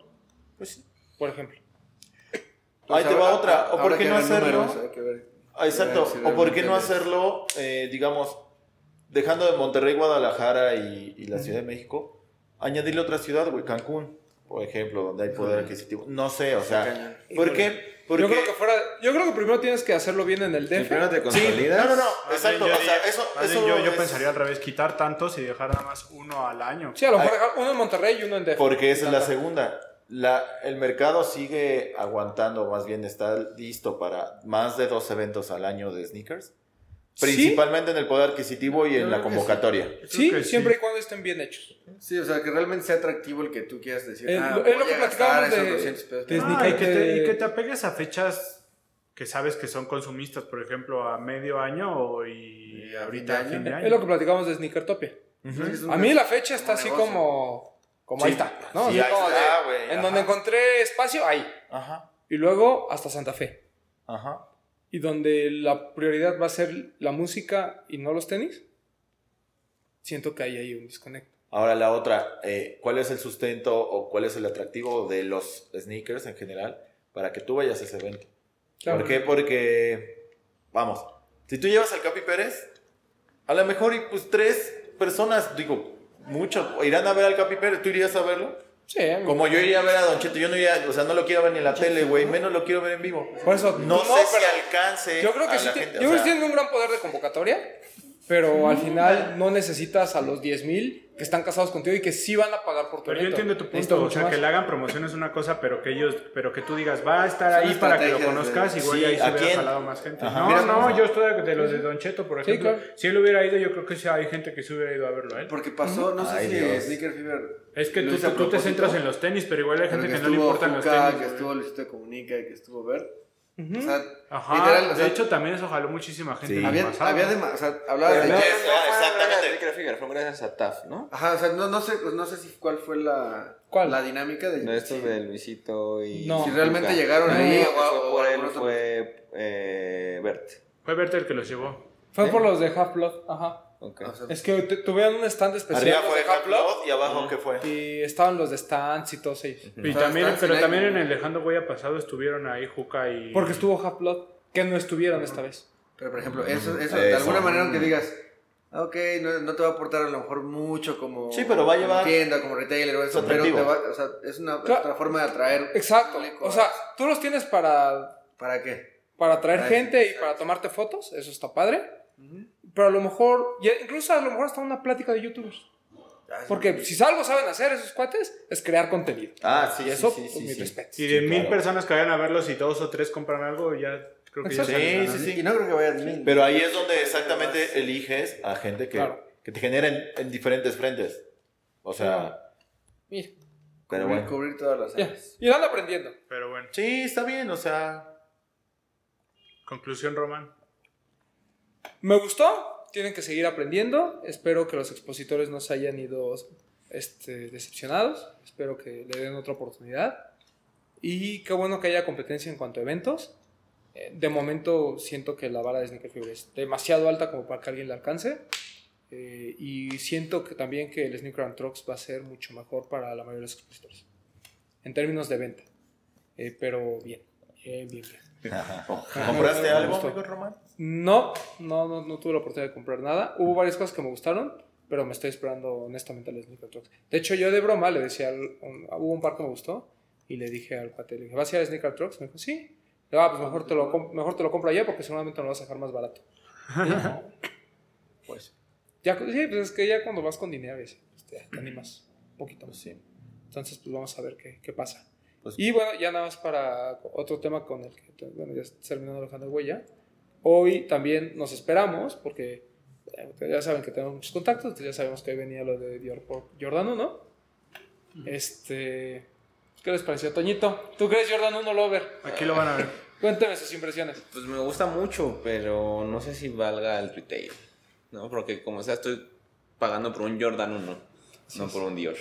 C: Pues sí.
B: por ejemplo?
C: Ahí
B: Pues
F: Entonces,
C: te va
F: Pues ahora-
C: otra. ¿O
F: ahora
C: por
F: hay
C: qué
F: que
C: no
F: ver
C: hacerlo?
F: números, hay que ver.
C: Ah, Exacto.
F: Sí,
C: o por qué no
F: realmente es-
C: hacerlo, eh, digamos, dejando de Monterrey, Guadalajara y, y la Ciudad de México, añadirle otra ciudad, güey, Cancún, por ejemplo, donde hay poder adquisitivo. No sé, o sea,
F: Cañón.
C: ¿por qué? Porque
B: Yo creo que fuera. Yo creo que primero tienes que hacerlo bien en el
E: Si
B: DF.
E: primero te
C: Sí,
E: consolidas.
C: no, no, no,
D: Más bien
C: exacto,
D: yo
C: o sea,
D: diría-
C: eso,
D: más bien
C: eso
D: yo, yo
C: es-
D: pensaría al revés, quitar tantos y dejar nada más uno al año.
B: Sí, a lo mejor
C: Ah.
B: uno en Monterrey y uno en DF.
C: Porque esa es la
B: Tanta.
C: segunda. La, el mercado sigue aguantando, más bien está listo para más de dos eventos al año de sneakers.
B: ¿Sí?
C: Principalmente en el poder adquisitivo y
F: Yo
C: en la
F: creo que
C: convocatoria.
B: Sí,
D: Creo que sí.
B: siempre y cuando estén bien hechos.
F: Sí, o sea, que realmente sea atractivo el que tú quieras decir.
B: Eh,
F: ah,
B: lo- es
F: voy
B: lo que
F: a
B: platicábamos
F: gastar esos
B: de-
F: 200 pesos.
B: de
F: Ah,
B: Sneak
D: Ah, y, que te,
B: que-
D: y que te apegues a fechas que sabes que son consumistas, por ejemplo, a medio año o y,
F: Y a
D: ahorita a
F: fin de
D: fin de año.
B: Es lo que platicamos de Sneakertopia.
F: pues es que es un
B: A mí la fecha
F: como
B: está así
F: negocio.
B: como. Como
C: Sí.
B: ahí está. ¿no?
C: Sí,
B: Así
C: ahí
B: como
C: está,
D: eh,
B: de-
C: güey,
B: En
C: ajá.
B: donde encontré espacio, ahí.
C: Ajá,
B: Y luego hasta Santa Fe.
C: ajá.
B: Y donde la prioridad va a ser la música y no los tenis. Siento que ahí hay un desconecto.
C: Ahora la otra, eh, ¿cuál es el sustento o cuál es el atractivo de los sneakers en general para que tú vayas a ese evento?
B: Claro.
C: ¿Por qué? Porque, vamos, si tú llevas al Capi Pérez, a lo mejor y, pues tres personas, digo, mucho, irán a ver al Capi Pérez, ¿tú irías a verlo?
B: Sí, a mí-
C: Como yo iría a ver a Don Cheto, yo no iría, o sea, no lo quiero ver ni en la tele, güey, menos lo quiero ver en vivo.
B: Por eso, no,
C: No, sé
B: pero-
C: si alcance.
B: Yo creo que
C: a
B: sí,
C: la
B: ti-
C: gente, o
B: yo creo que
C: sea,
B: tienen un gran poder de convocatoria, pero al final no necesitas a los 10 mil que están casados contigo y que sí van a pagar por tu
D: Pero yo
B: evento.
D: entiendo tu
B: Necesitas
D: punto, o
B: mucho
D: sea,
B: más.
D: que le hagan promoción es una cosa, pero que ellos, pero que tú digas, va a estar
F: Son
D: ahí para que lo
F: estrategias de-
D: conozcas, igual
C: Sí,
D: y ahí
C: ¿a
D: se hubiera
C: quién?
D: jalado más gente.
C: Ajá.
D: No,
C: Mira,
D: no, yo estoy de, de los de Don Cheto, por
B: Sí,
D: ejemplo.
B: claro.
D: Si él hubiera ido, yo creo que sí hay gente que sí hubiera ido a verlo a él.
F: Porque pasó, no sé
C: Ay,
F: si
C: Dios.
F: Sneaker Fever.
D: Es que
F: lo
D: tú,
F: hice a
D: tú- tú te
F: propósito,
D: centras en los tenis, pero igual hay
F: pero
D: gente que, no le
F: estuvo
D: importan los
F: Tuca,
D: tenis.
F: Que
D: güey.
F: estuvo Luisito Comunica, que estuvo Bert.
B: Ujú.
F: O sea,
D: Ajá,
F: literal, o
D: de
F: sea,
D: hecho también eso jaló muchísima gente.
C: Sí.
D: en el
F: había,
D: pasado.
F: había dema- o sea, hablabas
C: Pero
F: de
C: no-
F: Jeff.
C: Ah, exactamente.
E: Fueron gracias a TAF, ¿no?
F: Ajá, o sea, no, no sé, pues, no sé si cuál fue la,
B: ¿Cuál?
F: la dinámica de,
E: De estos de Luisito y.
B: No.
F: si realmente
E: Tuca.
F: llegaron
E: No,
F: ahí
E: que
F: o,
E: fue
F: o
E: por él,
F: algún otro.
E: fue eh, Bert.
D: Fue Berta el que los llevó.
B: Fue
E: ¿Eh?
B: por los de Half Blood, ajá.
E: Ok.
F: O sea,
B: Es que tu- tuvieron un stand especial
C: Arriba
B: los
C: fue
B: de Half Blood
C: Half-Blood y abajo, ¿qué fue?
B: y estaban los de stands y todos ellos.
D: Y
F: Ajá,
D: también,
F: está
D: pero
F: sin
D: también
F: aire.
D: en el Dejando Huella pasado estuvieron ahí Juca y...
B: Porque estuvo Half Blood, que no estuvieron esta vez.
F: pero por ejemplo, eso, eso,
C: Eso.
F: de alguna manera que digas, ah, ok, no, no te va a aportar a lo mejor mucho como,
C: Sí, pero va a
F: como
C: llevar-
F: tienda, como retailer o eso,
C: Su
F: pero te
C: atractivo.
F: va, o sea, es una
B: Claro.
F: otra forma de atraer.
B: Exacto.
F: público.
B: O sea, tú los tienes para,
F: ¿Para qué?
B: para atraer
F: Ay,
B: gente y
F: exacto.
B: para tomarte fotos, eso está padre.
F: Ujú.
B: Pero a lo mejor, y incluso a lo mejor hasta una plática de youtubers.
F: Ah, sí.
B: Porque si algo saben hacer esos cuates es crear contenido.
C: Ah, sí,
B: y
C: sí,
B: eso,
C: sí, sí,
B: pues, mis
C: sí.
B: respetos.
D: Y de
C: Sí,
D: mil
C: claro.
D: personas que vayan a verlos y dos o tres compran algo, ya creo que ya
B: Exacto.
D: salen
C: Sí,
D: ganando.
C: sí, sí.
F: Y no creo que vaya bien.
C: Pero ahí es donde exactamente eliges a gente que,
B: Claro.
C: que te generen en diferentes frentes. O sea,
B: Mira,
C: pero
F: cubrir,
C: bueno.
F: cubrir todas las
B: ya.
F: áreas.
B: Y van aprendiendo.
D: Pero bueno,
C: Sí, está bien, o sea.
D: conclusión, Román.
B: Me gustó, tienen que seguir aprendiendo. Espero que los expositores no se hayan ido este, decepcionados. Espero que le den otra oportunidad. Y qué bueno que haya competencia en cuanto a eventos. Eh, De momento siento que la vara de Sneaker Fever es demasiado alta como para que alguien la alcance. Eh, y siento que también que el Sneaker and Trucks va a ser mucho mejor para la mayoría de los expositores. En términos de venta. Eh, pero bien, bien, bien, bien.
C: ¿Compraste
B: Me
C: algo,
B: gustó.
C: amigo Román?
B: No, no, no, no tuve la oportunidad de comprar nada. Hubo varias cosas que me gustaron, pero me estoy esperando honestamente a los Sneaker Trucks. De hecho, yo de broma le decía, al- un- hubo un par que me gustó y le dije al cuate, le dije, ¿vas a ir a Sneaker Trucks? Me dijo, sí. Le digo, "Ah, pues mejor te, lo com- mejor te lo compro allá porque seguramente lo vas a dejar más barato. Y yo, pues, ya, cu- sí, pues es que ya cuando vas con dinero, y así, pues, te, te animas un poquito más. Entonces, pues vamos a ver qué, qué pasa.
C: Pues-
B: y bueno, ya nada más para otro tema con el que, bueno, ya terminando dejando huella. Hoy también nos esperamos, porque eh, ya saben que tenemos muchos contactos, entonces ya sabemos que hoy venía lo de Dior por Giordano, ¿no? Este. ¿Qué les pareció, Toñito? ¿Tú crees Giordano no Lover?
D: Aquí lo van a ver.
B: [laughs] Cuénteme sus impresiones.
E: Pues me gusta mucho, pero no sé si valga el retail, ¿no? Porque como sea, estoy pagando por un Jordan 1, no por un Dior.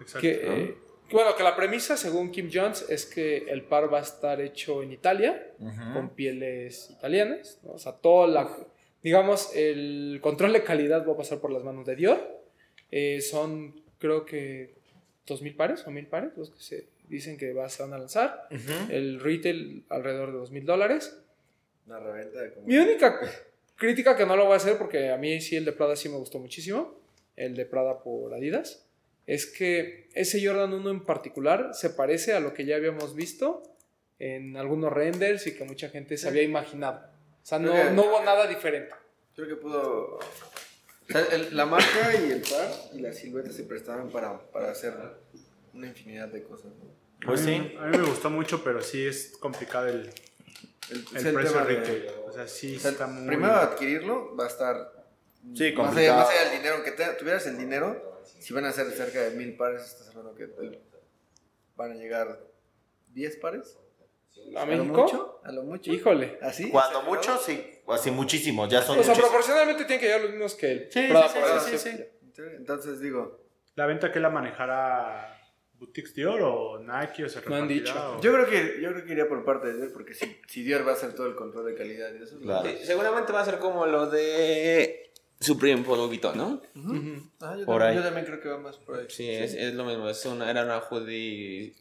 D: Exacto.
B: Que,
C: Ah,
B: eh, bueno, que la premisa, según Kim Jones, es que el par va a estar hecho en Italia, con pieles italianas, ¿no? o sea, toda la, digamos, el control de calidad va a pasar por las manos de Dior. Eh, son, creo que, dos mil pares o mil pares los que se dicen que va- se van a lanzar. El retail alrededor de dos mil dólares.
F: Una reventa de como-
B: Mi única crítica que no lo voy a hacer porque a mí sí el de Prada sí me gustó muchísimo. El de Prada por Adidas. es que ese Jordan 1 en particular se parece a lo que ya habíamos visto en algunos renders y que mucha gente se había imaginado. O sea, no,
F: Creo que-
B: no hubo nada diferente.
F: Creo que pudo. O sea, el- la marca y el par y la silueta se prestaban para, para hacer una infinidad de cosas. ¿no?
C: Pues
D: a mí,
C: sí.
D: A mí me gustó mucho, pero sí es complicado el,
F: El,
D: el
F: es el
D: precio
F: tema de-
D: retail. O sea, sí
F: o sea,
D: está muy.
F: Primero adquirirlo va a estar.
C: Sí,
F: más allá,
C: complicado.
F: más allá del dinero que te- tuvieras el dinero, si van a ser cerca de mil pares, estás hablando que el- van a llegar 10 pares.
B: ¿A
F: lo
B: México?
F: mucho? ¿A lo mucho?
B: Híjole.
F: ¿Así?
C: Cuando
F: acelerado.
C: mucho, sí. Así muchísimo. Ya son
B: O sea,
C: muchísimos.
B: proporcionalmente tienen que llegar los mismos que el
C: Sí,
B: Prada,
C: sí,
B: por
C: sí,
B: así
C: sí, sí,
B: decirlo.
F: Entonces digo,
D: ¿La venta que la manejara Boutiques Dior o Nike o se
B: No han
D: repartirá,
B: dicho.
D: o-
F: yo creo que yo creo que iría por parte de Dior porque si, si Dior va a hacer todo el control de calidad y eso.
C: Claro.
E: Sí, seguramente va a ser como lo de Supreme por Louis Vuitton, ¿no?
B: Ujú.
F: Ah, yo, también,
E: Por ahí.
F: yo también creo que va más por ahí.
E: Sí, Es, es lo mismo. Es una, era una hoodie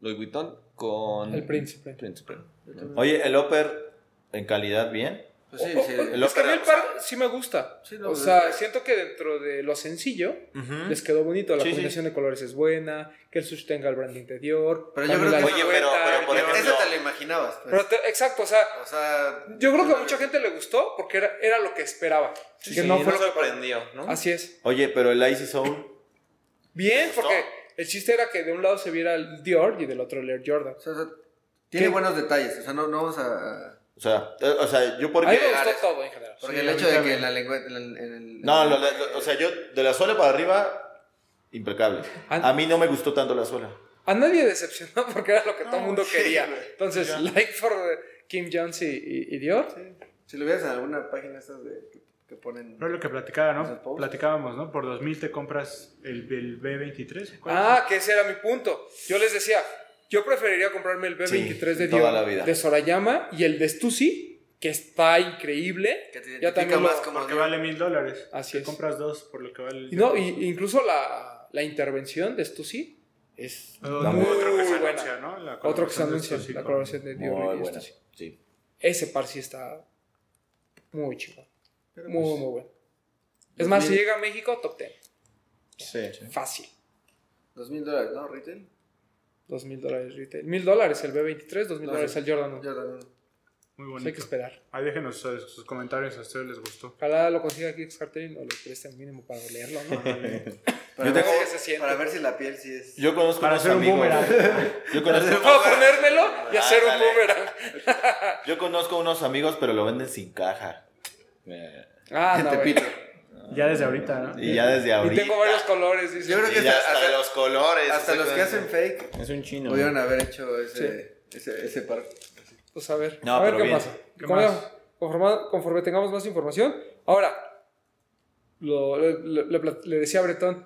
E: Louis Vuitton con...
B: El príncipe.
E: Print Supreme.
F: Yo también.
C: Oye, el upper en calidad bien.
F: Pues sí, sí.
C: El
B: Es que a mí el
C: upper-
B: par sí me gusta.
F: Sí, lo-
B: O sea, siento que dentro de lo sencillo
C: Ujú.
B: les quedó bonito. La
C: Sí, sí.
B: combinación de colores es buena. Que el sush tenga el branding de Dior.
F: Pero yo
B: también
F: creo
B: la
F: que- Oye,
C: pero-
B: silueta,
C: pero por
B: el-
C: ejemplo-
F: Esa te la imaginabas. pues.
B: Pero te- exacto, o sea,
F: o sea,
B: yo creo que a mucha gente le gustó porque era, era lo que esperaba.
E: Sí,
B: que no fue
E: nos
B: lo que-
E: sorprendió, ¿no?
B: Así es.
C: Oye, pero el Icy Zone.
B: Bien,
C: gustó?
B: porque el chiste era que de un lado se viera el Dior y del otro el Air Jordan.
F: o sea, o sea, tiene
B: ¿Qué?
F: buenos detalles. O sea, no, no vamos a.
C: O sea, eh, o sea yo
B: A mí
C: porque.
B: me gustó todo en general.
F: Porque
D: Sí,
F: el
D: a
F: hecho
D: mí
F: de que
D: también.
F: en la lengua. en el- en el-
C: No, lo- lo- o sea, yo de la suela para arriba, impecable.
B: Ah.
C: A mí no me gustó tanto la suela.
B: A nadie decepcionó [laughs] porque era lo que todo el mundo
F: sí,
B: quería.
F: güey.
B: Entonces, like for Kim Jones y, y- y Dior.
F: Sí. Si lo vieras en alguna página estas de, que, que ponen.
D: Pero es lo que platicaba,
F: ¿Es el
D: ¿no?
F: post?
D: Platicábamos, ¿no? Por 2000 te compras el, el B23. ¿cuál es?
B: Ah, que ese era mi punto. Yo les decía, yo preferiría comprarme el B23 de
C: toda
B: Dior,
C: la vida.
B: de Sorayama y el de Stussy, que está increíble.
F: Que te
B: Ya
F: identifica
B: también lo-
F: más como.
D: Porque
F: Dior.
D: vale mil dólares.
B: Así
D: Te
B: es.
D: compras dos por lo que vale. el
B: Y no,
D: Dior.
B: y, incluso la, la intervención de Stussy es
D: O
C: Muy
D: otro que se
B: buena.
D: anuncia, ¿no? La
B: otro que se
D: colaboración de
B: anuncia,
D: estos sí
B: la
D: con-
B: colaboración de Dior
C: Muy
B: y de
C: buena.
B: Stussy.
C: Sí.
B: Ese par sí está muy chido.
F: Pero, pues,
B: Muy, muy bueno. Es más, si llega a México, top 10.
E: Sí, sí.
B: Fácil.
F: Dos mil dólares, ¿no? Retail.
B: Dos mil dólares retail. Mil dólares el B23, dos mil
F: No,
B: dólares
F: sí.
B: el Jordan. uno.
F: Yo también.
D: Muy
B: Pues hay que
D: bonito.
B: esperar.
D: Ahí déjenos sus, sus comentarios, a ustedes les gustó.
B: Ojalá lo consiga aquí Carter o lo presten mínimo para olerlo, ¿no?
F: Para,
C: Yo
F: ver,
B: tengo- que se siente. [laughs]
F: para ver si la piel sí es.
C: Yo conozco
D: Para
C: unos
D: hacer un
C: amigos.
D: boomerang.
C: Yo conozco,
B: Para ponérmelo y hacer un
C: Ándale.
B: boomerang.
C: yo conozco unos amigos, pero lo venden sin caja. Eh,
B: Ah,
F: en
B: no, güey.
F: Tepito.
D: Ya desde ahorita, ¿no?
C: Y ya desde
B: Y
C: ahorita.
B: tengo varios colores, dice.
F: Yo creo
C: Y
F: que
C: ya
F: hasta-
C: hasta,
F: hasta-
C: los colores.
F: Hasta los que hacen
C: exactamente.
F: fake
E: Es un chino.
F: pudieron haber hecho ese, ese, ese par.
B: Pues a ver,
C: No,
B: a ver
C: pero
B: qué
C: bien.
B: pasa.
D: ¿Qué
B: Conforme-
D: más?
B: conforma- conforme tengamos más información. Ahora, lo- le, le- le plat- le decía a Bretón,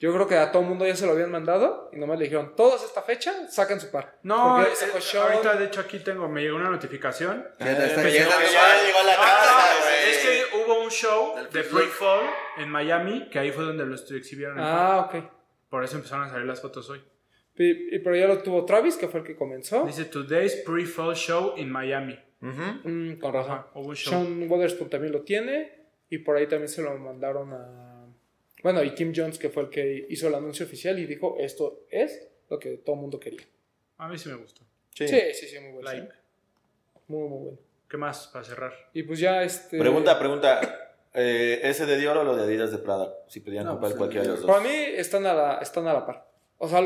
B: yo creo que a todo mundo ya se lo habían mandado y nomás le dijeron, todos esta fecha sacan su par.
D: No,
B: Porque
D: eh,
B: sacó Sean,
D: ahorita de hecho aquí tengo, me llegó una notificación.
F: Ya te está
B: pues
C: Pero
F: llegando
C: ya
F: mal.
C: llegó la
D: Ah,
C: caja, güey.
D: es que hubo un show
F: Del
D: de
F: Free
D: Free
F: Fall.
D: Fall en Miami, que ahí fue donde los exhibieron. en Fall.
B: Ah, ok.
D: Por eso empezaron a salir las fotos hoy.
B: Y- y- pero ya lo tuvo Travis, que fue el que comenzó.
D: Dice Today's Free Fall Show in Miami.
C: Ujú.
B: Mm, con razón.
D: Ajá, hubo un show.
B: Sean Waterspoon también lo tiene. Y por ahí también se lo mandaron a. Bueno, y Kim Jones, que fue el que hizo el anuncio oficial y dijo: Esto es lo que todo el mundo quería.
D: A mí sí me gustó.
C: Sí.
B: Sí, sí, sí, muy bueno.
D: Like.
B: sí. Muy, muy bueno.
D: ¿Qué más para cerrar?
B: Y pues ya este.
C: Pregunta, pregunta. eh, ¿Ese de Dior o lo de Adidas de Prada? Si podían
F: No,
C: comprar
F: pues,
C: cualquiera de los
B: Para
C: dos.
B: mí están a la, están a la par. O sea,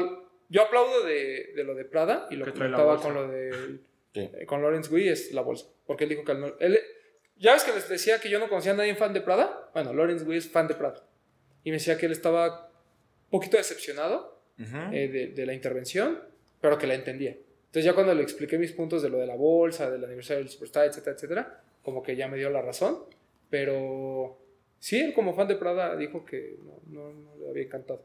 B: yo aplaudo de, de lo de Prada y lo que
D: Que trae la
B: comentaba con
D: bolsa.
B: lo de.
C: Sí.
B: eh, con Lawrence Guy es la bolsa. Porque él dijo que al no- él- ya ves que les decía que yo no conocía a nadie fan de Prada. Bueno, Lawrence Guy es fan de Prada. Y me decía que él estaba un poquito decepcionado
C: Ujú.
B: eh, de, de la intervención, pero que la entendía. Entonces ya cuando le expliqué mis puntos de lo de la bolsa, del aniversario del Superstar, etcétera, etcétera, como que ya me dio la razón, pero sí, él como fan de Prada dijo que no, no, no le había encantado.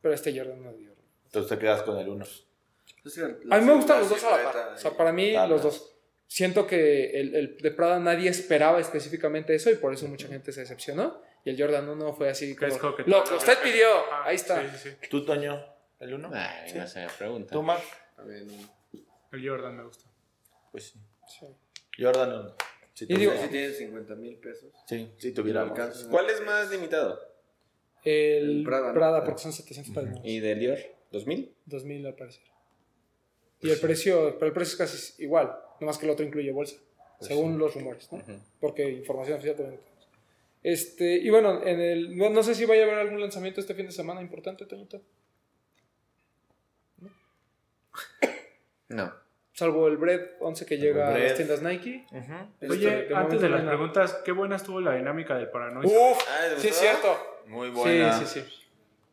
B: Pero este Jordan no dio.
C: Entonces te quedas con el uno.
F: Entonces,
B: A mí me
F: la
B: gustan los dos a la
F: silueta
B: par.
F: y-
B: O sea, para mí
C: Claro.
B: los dos. Siento que el, el de Prada nadie esperaba específicamente eso y por eso mucha gente se decepcionó. Y el Jordan 1 fue así
D: Que es
B: como,
D: coquetón.
B: lo que usted pidió,
D: Ah,
B: ahí está.
D: Sí, sí, sí.
C: ¿Tú, Toño? ¿El uno?
E: Ay, no se me pregunta.
C: ¿Tú, Mark?
F: A ver, no.
D: El Jordan me gustó.
C: Pues sí.
B: Sí.
C: Jordan uno. Si
B: Y digo-
C: tuviera-
F: Si tienes 50 mil pesos.
C: sí, si tuviéramos.
F: alcanzas.
E: ¿Cuál es más limitado?
B: El
F: El Prada,
B: Prada,
F: ¿no?
B: porque son 700 pesos.
E: ¿Y de Dior? ¿2000?
B: 2000 al parecer. Y el precio, pero el precio es casi igual, nomás que el otro incluye bolsa, según los rumores, ¿no?
E: Ujú.
B: Porque información oficial también. no tenemos. Este, y bueno, en el, no, no sé si vaya a haber algún lanzamiento este fin de semana importante, Toñito.
E: No.
B: Salvo el Bread 11 que
C: Salvo
B: llega
C: el
B: a las
C: Bread.
B: tiendas Nike.
D: Oye,
B: Este,
D: antes de las
B: no- Uh,
D: preguntas, qué buena estuvo la dinámica del paranoia.
B: ¡Uf!
E: Ah, ¿te
B: Sí, es
E: gustó?
B: cierto.
C: Muy
B: Sí,
C: buena.
B: sí, sí.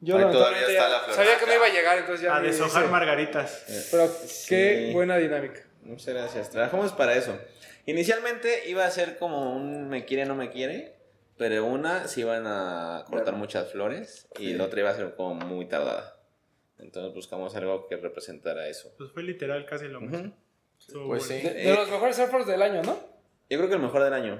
B: Yo
C: Ahí
B: lamentablemente
C: todavía está
B: ya sabía
C: la floraca.
B: que no iba a llegar, entonces ya.
D: a
B: ni
D: deshojar
B: hice.
D: margaritas.
B: Pero qué
E: Sí.
B: buena dinámica.
E: Muchas gracias. Trabajamos para eso. Inicialmente iba a ser como un me quiere, no me quiere. Pero una sí iban a cortar muchas flores. Y la otra iba a ser como muy tardada. Entonces buscamos algo que representara eso.
D: Pues fue literal casi lo mismo.
E: Ujú.
D: Estuvo
C: Pues
D: bueno.
B: De,
C: sí.
B: de los mejores Air Force del año, ¿no?
E: Yo creo que el mejor del año.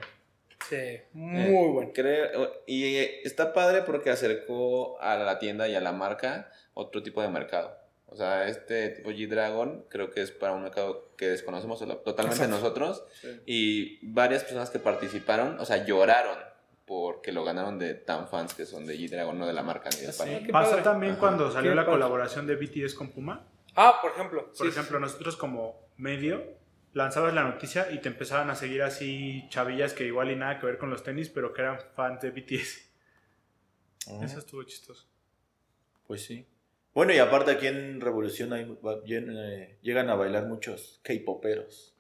B: Sí. Muy
E: Eh,
B: bueno.
E: creo- y eh, está padre porque acercó a la tienda y a la marca otro tipo de mercado. O sea, este tipo G-Dragon creo que es para un mercado que desconocemos tola- totalmente
B: Exacto.
E: nosotros.
F: Sí.
E: Y varias personas que participaron, o sea, lloraron porque lo ganaron de tan fans que son de G-Dragon, no de la marca ni de
B: Sí.
E: España.
B: Qué
D: Pasó
B: padre.
D: también
E: Ajá.
D: cuando salió
B: Qué
D: la
B: padre.
D: colaboración de BTS con Puma.
B: Ah, por ejemplo.
D: Por
B: sí,
D: ejemplo, nosotros como medio lanzabas la noticia y te empezaban a seguir así chavillas que igual y nada que ver con los tenis, pero que eran fans de BTS.
C: Ah.
D: Eso estuvo chistoso.
C: Pues sí. Bueno, y aparte aquí en Revolución hay- va- llen- eh, llegan a bailar muchos K-poperos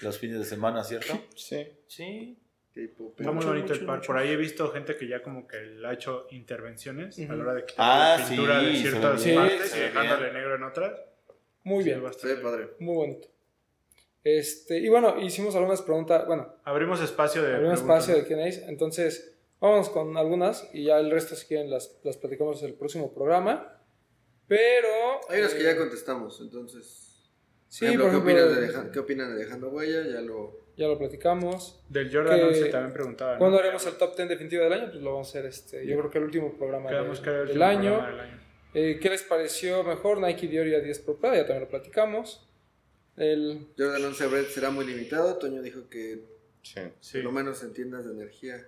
C: los fines de semana, ¿cierto?
E: Sí.
C: [laughs] Sí.
F: Tipo,
D: Está muy
C: Mucho,
D: bonito el
C: mucho,
D: par.
C: mucho.
D: Por ahí he visto gente que ya como que le ha hecho intervenciones a
B: Ujú.
D: la hora de quitar
C: Ah,
D: la pintura
C: sí,
D: de
C: se ve
D: ciertas
B: bien.
D: partes
B: Sí,
D: y
C: se ve
D: dejándole negro en otras.
B: Muy
D: Sí,
B: bien.
F: Se ve
D: bastante.
F: padre.
B: Muy bonito. Este, y bueno, hicimos algunas preguntas. Bueno,
D: Abrimos espacio de
B: algún
D: preguntas,
B: espacio
D: ¿no?
B: de quién es. Entonces, vamos con algunas y ya el resto, si quieren, las, las platicamos en el próximo programa. Pero.
F: Hay unas que
B: eh,
F: ya contestamos, entonces.
B: Sí,
F: por ejemplo,
B: por ejemplo,
F: ¿qué, opinan de Alejandro, ¿qué opinan de Alejandro Huella? Ya lo.
B: Ya lo platicamos.
D: Del Jordan
B: Que-
D: 11 también preguntaban.
B: ¿Cuándo haremos el top 10 definitivo del año? Pues lo vamos a hacer, este, yo creo que el último programa
D: Quedamos
B: del,
D: que era el
B: del
D: último
B: año.
D: programa del año.
B: Eh, ¿Qué les pareció mejor? Nike Dior y Adidas Pro Prada, ya también lo platicamos. El,
F: Jordan 11 Red será muy limitado. Toño dijo que
E: Sí.
D: Sí.
F: lo menos en tiendas de energía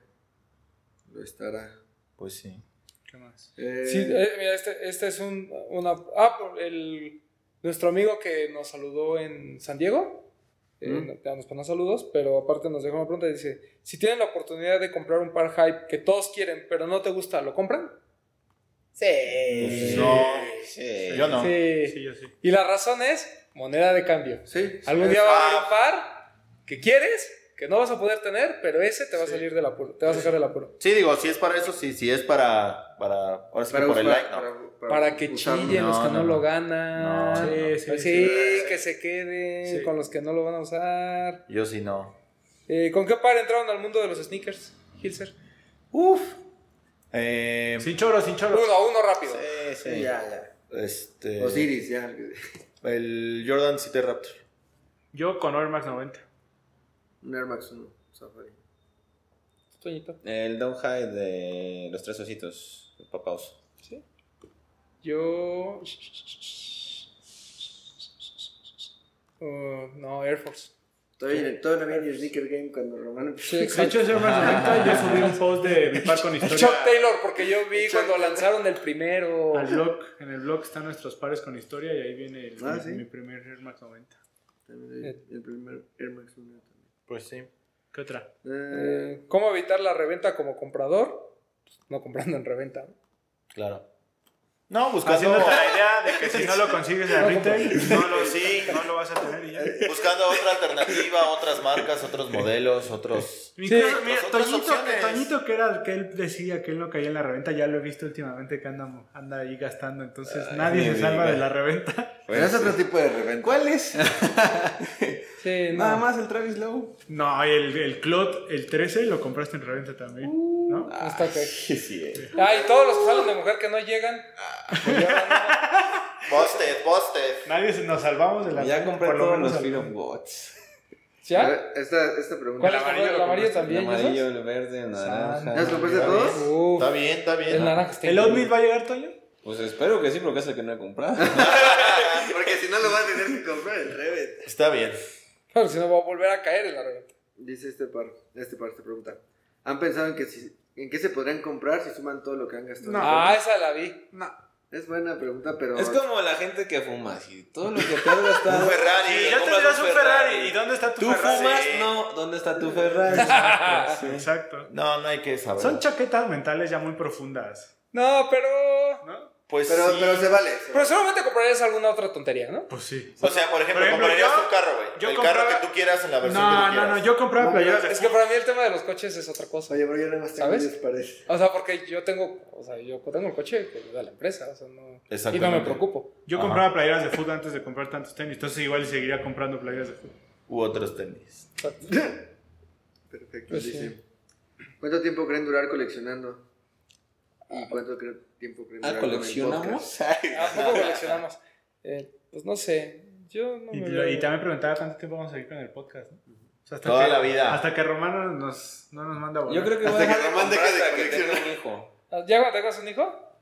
F: lo estará.
C: Pues sí.
D: ¿Qué más?
F: Eh,
B: sí, eh, mira, este, este es un, una... Ah, por el, nuestro amigo que nos saludó en San Diego, eh,
F: Mm.
B: no- ya nos mandó saludos, pero aparte nos dejó una pregunta y dice, si tienen la oportunidad de comprar un par hype que todos quieren, pero no te gusta, ¿lo compran? Eh,
C: Pues
E: Sí.
C: no.
E: Sí.
C: Yo no.
B: Sí.
D: Sí, yo sí.
B: Y la razón es moneda de cambio.
F: sí,
B: Algún día va a haber un par que quieres, que no vas a poder tener, pero ese te va a salir del apuro, te va a sacar del apuro.
C: Sí, digo, si es para eso, sí, si es para. para ahora sí que
F: Para,
C: por
F: usar-
C: el like, no.
F: para- para
B: Para que
F: usarlo.
B: chillen los que
C: No,
B: no,
C: no,
B: lo
C: no.
B: ganan.
C: No,
B: sí,
C: no,
B: sí,
D: no. Sí,
B: sí,
D: sí.
B: que se queden
D: Sí.
B: con los que no lo van a usar.
C: Yo sí no.
B: Eh, ¿Con qué par entraron al mundo de los sneakers, Hilser?
C: Uf. Eh,
D: Sin choro, sin choro.
B: Uno, uno rápido.
E: Sí,
F: Sí,
E: sí.
F: ya, ya.
C: Este.
F: Osiris, ya.
C: El Jordan City Raptor.
D: Yo con Air Max 90.
F: Un Air Max 1, Safari.
B: Toñito.
E: El Down High de los tres ositos, el papaus.
B: Sí. Yo... Uh, no, Air Force.
F: Todavía, todavía no había ni Sneaker Game cuando Román empezó.
B: Sí,
D: De
B: exacto.
D: hecho, ese Air Max 90 yo subí un post de mi par con historia.
B: Chuck Taylor, porque yo vi
F: Chuck
B: cuando
F: Taylor.
B: lanzaron el primero.
D: Al blog, en el blog están nuestros pares con historia y ahí viene el-
F: Ah,
D: mi-
F: ¿sí?
D: mi primer Air Max 90.
F: [laughs] También hay el primer Air Max 1 también.
C: Pues sí.
D: ¿Qué otra?
F: Eh,
B: Eh, ¿Cómo evitar la reventa como comprador? Pues, No comprando en reventa. ¿no?
C: Claro. No, buscando.
D: Haciéndote la idea de que si no lo consigues en retail, no lo, sí, no lo vas a tener y ya.
C: Buscando otra alternativa, otras marcas, otros modelos, otros.
D: Incluso, mira,
C: otras
D: Toñito,
C: opciones.
D: Toñito, que era el que él decía que él no caía en la reventa, ya lo he visto últimamente que anda, anda ahí gastando, entonces
E: Ay,
D: nadie
E: me
D: se salva
E: diga.
D: de la reventa. [laughs]
F: pero
E: pues,
F: es otro tipo de reventa. ¿Cuál es?
B: Sí, no.
F: más el Travis Lowe.
D: No, y el, el Clot, el 13, lo compraste en reventa también, ¿no?
B: No está ok.
E: [laughs] Sí, sí, eh.
B: Ah, y todos los que salen de mujer que no llegan. pues ya
C: Busted, busted.
D: Nadie se- nos salvamos de Pues, la
E: Ya compré
D: por lo
E: todos
D: menos
E: los
D: al-
E: Freedom Bots.
B: van, ¿no? ¿Ya?
F: Esta, esta pregunta.
B: ¿Cuál es el amarillo? El
D: amarillo lo
B: amarillo
E: El
B: también. ¿ya
E: amarillo, el verde, el naranja.
F: ¿Ya los compraste
E: el
F: todos?
B: sabes?
E: verde.
B: Uf,
C: Está bien, está bien.
B: el naranja está
D: ¿El
B: increíble.
D: Outfit va a llegar, Toño?
E: Pues espero que sí, porque es el que no he comprado.
F: [laughs] Porque si no lo va a tener que comprar el Revent.
C: Está bien.
B: Claro, si no va a volver a caer en la reventa.
F: Dice este par, este par, esta pregunta. ¿Han pensado en que si ¿En qué se podrían comprar si suman todo lo que han gastado?
D: No.
B: Ah, esa la vi.
F: Es buena pregunta, pero.
E: Es como la gente que fuma, si todo lo que te has
C: [laughs]
E: gastado.
C: Un Ferrari,
D: Sí,
C: te
D: ya
C: compras
D: tendrías un Ferrari. ¿Y dónde está tu
E: ¿Tú
D: Ferrari?
E: fumas?
C: Sí.
E: No, ¿dónde está tu Ferrari?
D: Sí, Exacto.
C: No, no hay que saber.
D: Son chaquetas mentales ya muy profundas.
B: No, pero.
D: ¿No?
C: pues
F: Pero,
C: sí.
F: pero se vale. se
B: Pero seguramente comprarías alguna otra tontería, ¿no?
D: Pues sí.
C: o sea, por ejemplo,
D: Por ejemplo,
C: comprarías
D: yo-
C: un carro, güey.
D: yo
C: El carro
D: compraba-
C: que tú quieras en la versión que
D: No,
C: tú
D: no,
C: quieras.
D: no, yo compraba
F: No,
D: playeras de
B: Es que para mí el tema de los coches es otra cosa.
F: vale. Oye, pero yo nada más tengo
B: ¿Sabes?
F: 10 pares.
B: O sea, porque yo tengo, o sea, yo tengo el coche que da la empresa, o sea, no. Y no me
C: Exactamente.
B: preocupo.
D: Yo
C: Ajá.
D: compraba playeras de fútbol antes de comprar tantos tenis, entonces igual y seguiría comprando playeras de fútbol.
C: U otros tenis.
B: O sea,
F: Perfecto,
B: Pues
F: dice.
B: sí.
F: ¿Cuánto tiempo creen durar coleccionando? ¿Y cuánto cre- tiempo creen
E: Ah,
F: durar con el podcast?
E: ¿coleccionamos?
B: ¿A poco coleccionamos? Eh, pues no sé. Yo no
D: Y,
B: me.
D: lo-
B: veo-
D: y también preguntaba cuánto tiempo vamos a seguir con el podcast. ¿no? O sea, hasta
C: Toda
D: que-
C: la vida.
D: Hasta que Romano nos, no nos manda a volar.
E: Yo creo que
C: Hasta
E: voy a
C: que
E: dejar
C: Román deje
E: comprar
C: de
E: hasta que tenga
C: coleccionar.
E: un hijo.
B: Ah, ¿Ya cuando tengas un hijo?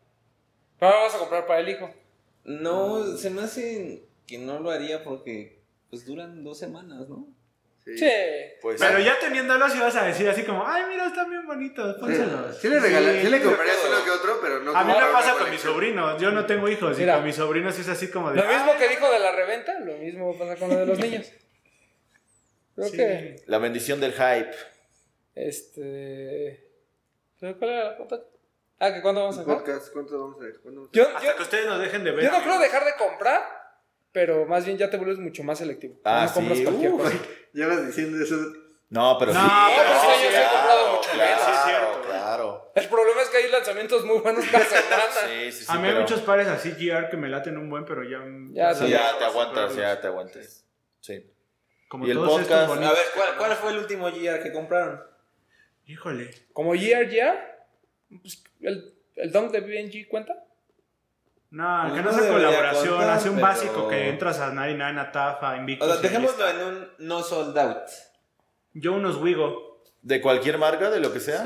B: Pero ahora vas a comprar para el hijo.
E: No, se me hace que no lo haría porque pues duran dos semanas, ¿no?
F: Sí.
B: Sí.
C: Pues
D: Pero ya teniéndolos ibas a decir así como, ay, mira, están bien bonitos, pónselos.
F: Sí, sí le regala- sí le comprarías
E: todo.
F: uno que otro, pero no.
D: A mí me
F: como
D: pasa
F: una
D: con mis
F: colección.
D: sobrinos, yo no tengo hijos,
B: Mira.
D: y con mis sobrinos sí es así como de... "Ah,
B: Lo mismo que dijo de la reventa, lo mismo va a pasar con lo de los niños. Creo
D: Sí.
B: que.
C: La bendición del hype.
B: Este. ¿pero ¿Cuál era la pregunta? Ah, que cuándo vamos a
F: Un
B: jugar.
F: Podcast, ¿cuánto vamos a ver? ¿Cuándo vamos a-
B: Yo, yo,
D: Hasta que ustedes nos dejen de ver.
B: yo no
D: amigos.
B: creo dejar de comprar, pero más bien ya te vuelves mucho más selectivo.
C: Ah,
B: no compras
C: sí,
B: cualquier
C: uf.
B: cosa.
F: Llevas diciendo eso.
C: No, pero
D: No,
C: sí.
D: pero
C: No,
D: sí, yo sí he
B: comprado mucho
C: claro,
D: menos. Sí, es cierto.
C: Claro.
B: El problema es que hay lanzamientos muy buenos cada
C: [laughs]
B: semana.
C: Sí, sí, sí.
D: a mí hay
C: pero
D: muchos pares así GR que me laten un buen, pero ya...
B: Ya,
C: sí, ya te aguantas,
D: comprarlos.
C: ya te aguantas. Sí.
D: Como
C: Y el
D: todos
C: podcast,
D: estos
E: A
D: bonitos.
E: ver, ¿cuál, cuál fue el último GR que compraron?
D: Híjole.
B: Como Year Year, pues, el, el dunk de BNG cuenta.
D: No,
E: Pues
D: que
E: no
D: no sea
E: debería
D: colaboración,
E: contar,
D: hace un
E: pero-
D: básico que entras a 99, a Tafa, Invictus.
E: O sea,
D: y Pues, ahí
E: dejémoslo
D: está.
E: en un no sold out.
D: Yo unos Wigo.
C: ¿De cualquier marca, de lo que sea?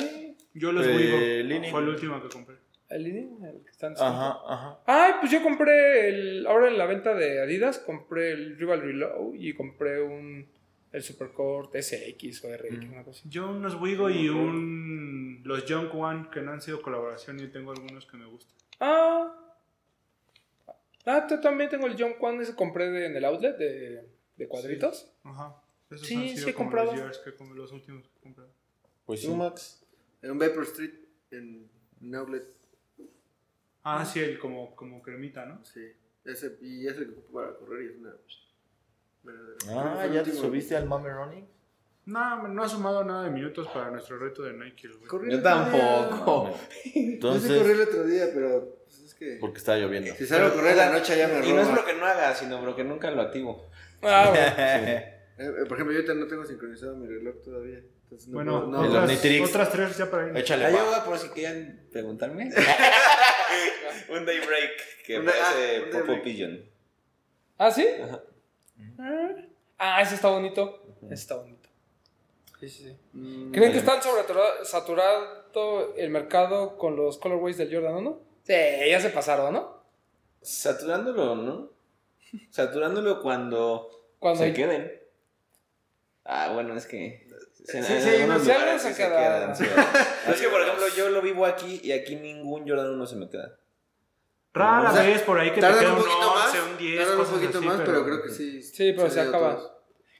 D: Yo los
C: Eh,
D: Wigo.
C: Lini.
D: Fue el último que compré.
B: El, el que está en
C: Ajá, ajá.
B: Ay, pues yo compré el. Ahora en la venta de Adidas, compré el Rivalry Low y compré un. El Supercourt SX o RX,
C: Mm.
B: una cosa así.
D: Yo unos Wigo y un. Los Junk One que no han sido colaboración y tengo algunos que me gustan.
B: Ah. Ah, yo también tengo el John Quan, ese compré de- en el outlet de, de cuadritos.
D: Ajá. Esos
B: Sí,
D: han
B: sí
D: sido
B: he
D: como
B: comprado.
D: los years que como los últimos que he comprado.
C: Pues sí.
E: ¿Tú, Max?
F: En un Vapor Street, en un outlet.
D: Ah, sí, el como, como cremita, ¿no?
F: Sí. Ese, y es el que ocupo para correr y es una. verdadera-
C: Ah,
F: Fue el
C: ¿ya te
F: último.
C: subiste al Mame Running?
D: No, no ha sumado nada de minutos para nuestro reto de Nike, el güey.
F: Corrí el
E: Yo
F: otro día.
E: tampoco.
F: Yo sí corrí
C: Entonces,
F: el otro día, pero. pues, es que.
C: porque está lloviendo.
F: Si salgo a correr la noche ya me
E: Y no es
F: roba.
E: porque no haga, sino porque nunca lo activo.
B: Ah,
C: [laughs]
B: bueno.
F: Eh, eh, por ejemplo, yo ahorita no tengo sincronizado mi reloj todavía. Entonces no
D: Bueno,
F: puedo- no,
C: el
D: otras,
C: Omnitrix.
D: otras tres ya para irnos.
E: La
C: Échale pa.
E: yoga, Ah, por si querían preguntarme. [laughs] un day break que
F: Un day-
E: parece
F: ah, un day
E: Popo
F: break.
E: Pigeon.
B: ¿Ah, sí?
E: Ajá.
B: Ah, ese está bonito. Ese está bonito. Sí, sí, sí.
F: Mm,
B: ¿Creen que están sobretura- saturado el mercado con los colorways del Jordan no? Sí, ya se pasaron, ¿no?
E: Saturándolo, ¿no? Saturándolo cuando
B: Cuando
E: se queden. Ah, bueno, es que. se-
B: sí,
E: en
B: sí,
E: algunos
B: no, si algo
E: lugares
B: se
E: sí
B: queda.
E: quedan, sí. es que, por ejemplo, yo lo vivo aquí y aquí ningún Jordan 1 se me queda.
D: Rara
F: O sea,
D: vez por ahí que te
F: Tardan
D: queda
F: un
D: un
F: poquito
D: 11,
F: más.
D: un 10,
F: tardan un
D: cosas
F: poquito
D: así,
F: más, pero creo que sí.
B: Sí, pero se
F: han ido
B: acaba.
F: todos.